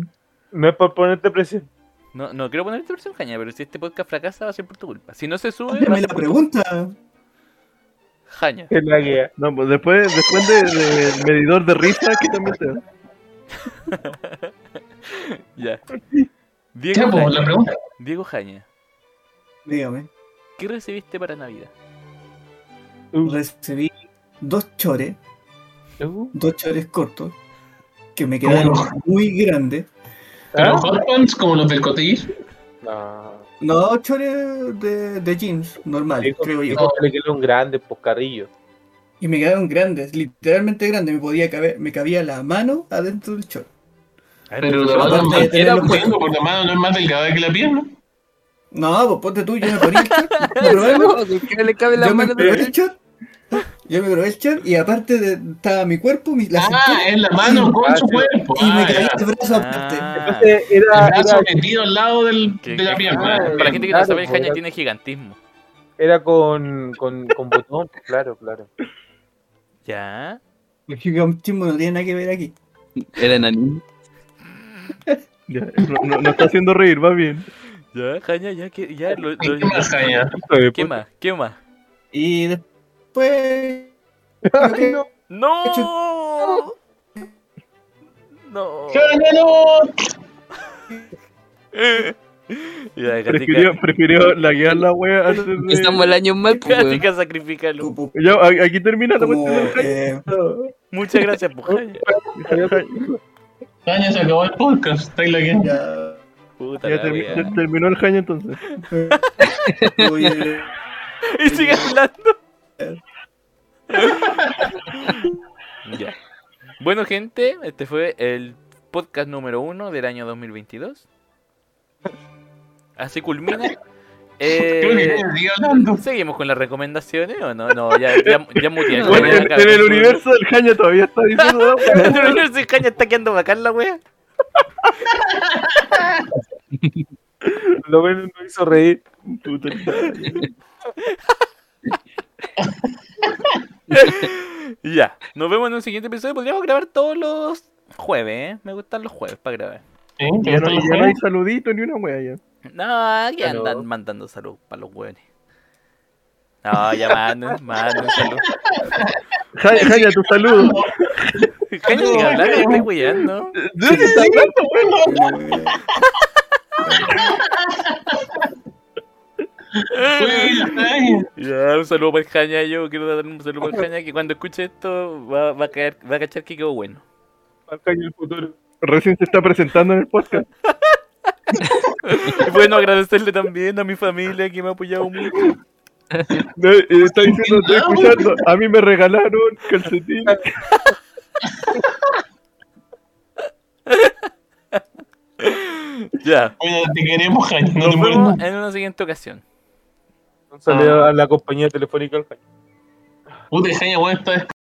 [SPEAKER 3] No es por ponerte presión.
[SPEAKER 2] No, no quiero ponerte versión caña, pero si este podcast fracasa va a ser por tu culpa. Si no se sube, va a
[SPEAKER 1] Hazme
[SPEAKER 2] ser
[SPEAKER 1] la pregunta.
[SPEAKER 2] jaña.
[SPEAKER 3] Es la guía.
[SPEAKER 6] No, pues después, después de- del medidor de risa, que también te da.
[SPEAKER 4] [laughs]
[SPEAKER 2] Ya.
[SPEAKER 4] Ya,
[SPEAKER 2] Diego
[SPEAKER 4] pues, la
[SPEAKER 2] Jaña,
[SPEAKER 4] pregunta.
[SPEAKER 2] Diego Jaña,
[SPEAKER 1] Dígame.
[SPEAKER 2] ¿qué recibiste para Navidad?
[SPEAKER 1] Recibí dos chores, dos chores cortos, que me
[SPEAKER 4] ¿Cómo
[SPEAKER 1] quedaron muy grandes.
[SPEAKER 4] ¿Pero hot pants como los del cotillo?
[SPEAKER 3] No.
[SPEAKER 1] No, chores de, de jeans, normal,
[SPEAKER 3] Dijo-
[SPEAKER 1] creo yo.
[SPEAKER 3] dijo que le quedó un grande poscarrillo.
[SPEAKER 1] Y me quedaron grandes, literalmente grandes. Me podía caber, me cabía la mano adentro del chor.
[SPEAKER 4] Pero la
[SPEAKER 1] Aparte
[SPEAKER 4] mano
[SPEAKER 1] de
[SPEAKER 4] más-
[SPEAKER 1] tenerlo
[SPEAKER 4] era
[SPEAKER 1] puesto.
[SPEAKER 4] puesto por la mano, no es más delgada que la pierna.
[SPEAKER 1] No, pues ponte tú, yo me ponía el short, me probé, [laughs]
[SPEAKER 5] ¿Qué le cabe la
[SPEAKER 1] yo me
[SPEAKER 5] mano
[SPEAKER 1] probé
[SPEAKER 5] de
[SPEAKER 1] el short, yo me probé el short y aparte de, estaba mi cuerpo, mi, la
[SPEAKER 4] Ah,
[SPEAKER 1] cintura,
[SPEAKER 4] es la mano con su
[SPEAKER 3] Ah,
[SPEAKER 4] cuerpo.
[SPEAKER 1] y me
[SPEAKER 4] Ah,
[SPEAKER 1] caía
[SPEAKER 4] ya.
[SPEAKER 1] el brazo aparte.
[SPEAKER 2] Ah,
[SPEAKER 3] Entonces Eh, era,
[SPEAKER 4] El brazo
[SPEAKER 3] era,
[SPEAKER 4] metido al lado del,
[SPEAKER 2] que-
[SPEAKER 4] de la
[SPEAKER 2] que-
[SPEAKER 4] pierna.
[SPEAKER 2] Para la gente que no
[SPEAKER 3] Claro,
[SPEAKER 2] sabe, el
[SPEAKER 3] pues,
[SPEAKER 2] Jaña
[SPEAKER 3] era-
[SPEAKER 2] tiene gigantismo.
[SPEAKER 3] era con, con, con botón, claro, claro.
[SPEAKER 2] Ya.
[SPEAKER 1] El gigantismo no tiene nada que ver aquí.
[SPEAKER 5] Era enanín.
[SPEAKER 6] Ya, no, no- no está haciendo reír, va bien.
[SPEAKER 2] Ya, Jaña, ya, que, ya. Lo,
[SPEAKER 4] ¿Y
[SPEAKER 2] lo-
[SPEAKER 4] ¿Qué más, Jaña?
[SPEAKER 2] ¿Qué más? ¿Qué más?
[SPEAKER 1] Y después.
[SPEAKER 3] Ay, no.
[SPEAKER 2] ¡No! ¡No!
[SPEAKER 4] ¡Jaña, no!
[SPEAKER 2] [laughs] Ya,
[SPEAKER 6] Prefirió,
[SPEAKER 2] Gatica,
[SPEAKER 6] prefirió laguear la wea antes de...
[SPEAKER 5] Estamos el año mal, pues, weón.
[SPEAKER 2] Gatica, sacrificalo.
[SPEAKER 1] Como,
[SPEAKER 6] Ya, a- aquí termina la cuestión del
[SPEAKER 1] eh,
[SPEAKER 2] Muchas gracias,
[SPEAKER 4] [laughs]
[SPEAKER 2] pues, Jaña.
[SPEAKER 4] Jaña se acabó el podcast. Está ahí la que.
[SPEAKER 1] ya. [laughs]
[SPEAKER 2] Puta
[SPEAKER 6] Ya
[SPEAKER 2] la
[SPEAKER 6] termi-
[SPEAKER 2] wea.
[SPEAKER 6] ya terminó el jaño entonces.
[SPEAKER 1] Voy, eh,
[SPEAKER 6] [laughs]
[SPEAKER 2] Y sigue hablando. [laughs] ya. Bueno, gente, este fue el podcast número uno del año 2022. Así culmina. Eh,
[SPEAKER 4] Creo que estoy hablando.
[SPEAKER 2] Seguimos con las recomendaciones o no? No, ya, ya, ya muteé.
[SPEAKER 6] Bueno,
[SPEAKER 2] Ya
[SPEAKER 6] en,
[SPEAKER 2] acabé.
[SPEAKER 6] en el universo del jaño todavía está diciendo... "Ah, [laughs]
[SPEAKER 2] En el universo de Caña está quedando bacán la wea.
[SPEAKER 3] Lo menos no hizo reír.
[SPEAKER 6] Puta,
[SPEAKER 2] Y Ya, nos vemos en un siguiente episodio. Podríamos grabar todos los jueves, ¿eh? Me gustan los jueves para grabar.
[SPEAKER 4] ¿Sí?
[SPEAKER 6] Ya no,
[SPEAKER 4] ¿Todos
[SPEAKER 6] ya no hay
[SPEAKER 4] juegan?
[SPEAKER 6] saludito ni una wea ya.
[SPEAKER 2] No, que
[SPEAKER 3] Pero-
[SPEAKER 2] andan mandando salud para los hueones. No, ya manden, manden [laughs] salud.
[SPEAKER 6] Jaya, Jaya, tu saludo.
[SPEAKER 2] Cállate de hablar, me estoy weyando.
[SPEAKER 4] Uy, ya está ahí.
[SPEAKER 2] Ya, un saludo para el Jaña. Yo quiero dar un saludo para el Jaña que cuando escuche esto va, va, a, caer, va a cachar que quedó bueno.
[SPEAKER 6] Recién se está presentando en el podcast.
[SPEAKER 2] Y bueno, agradecerle también a mi familia que me ha apoyado mucho.
[SPEAKER 6] No, eh, Está diciendo, estoy escuchando. A mí me regalaron calcetín.
[SPEAKER 2] Ya,
[SPEAKER 4] Oye, te queremos, Jaime. No
[SPEAKER 2] nos
[SPEAKER 4] te mueras.
[SPEAKER 2] vemos en una siguiente ocasión.
[SPEAKER 3] Ah. Un saludo a la compañía telefónica del Jaime.
[SPEAKER 4] Puta, Jaime, weón, está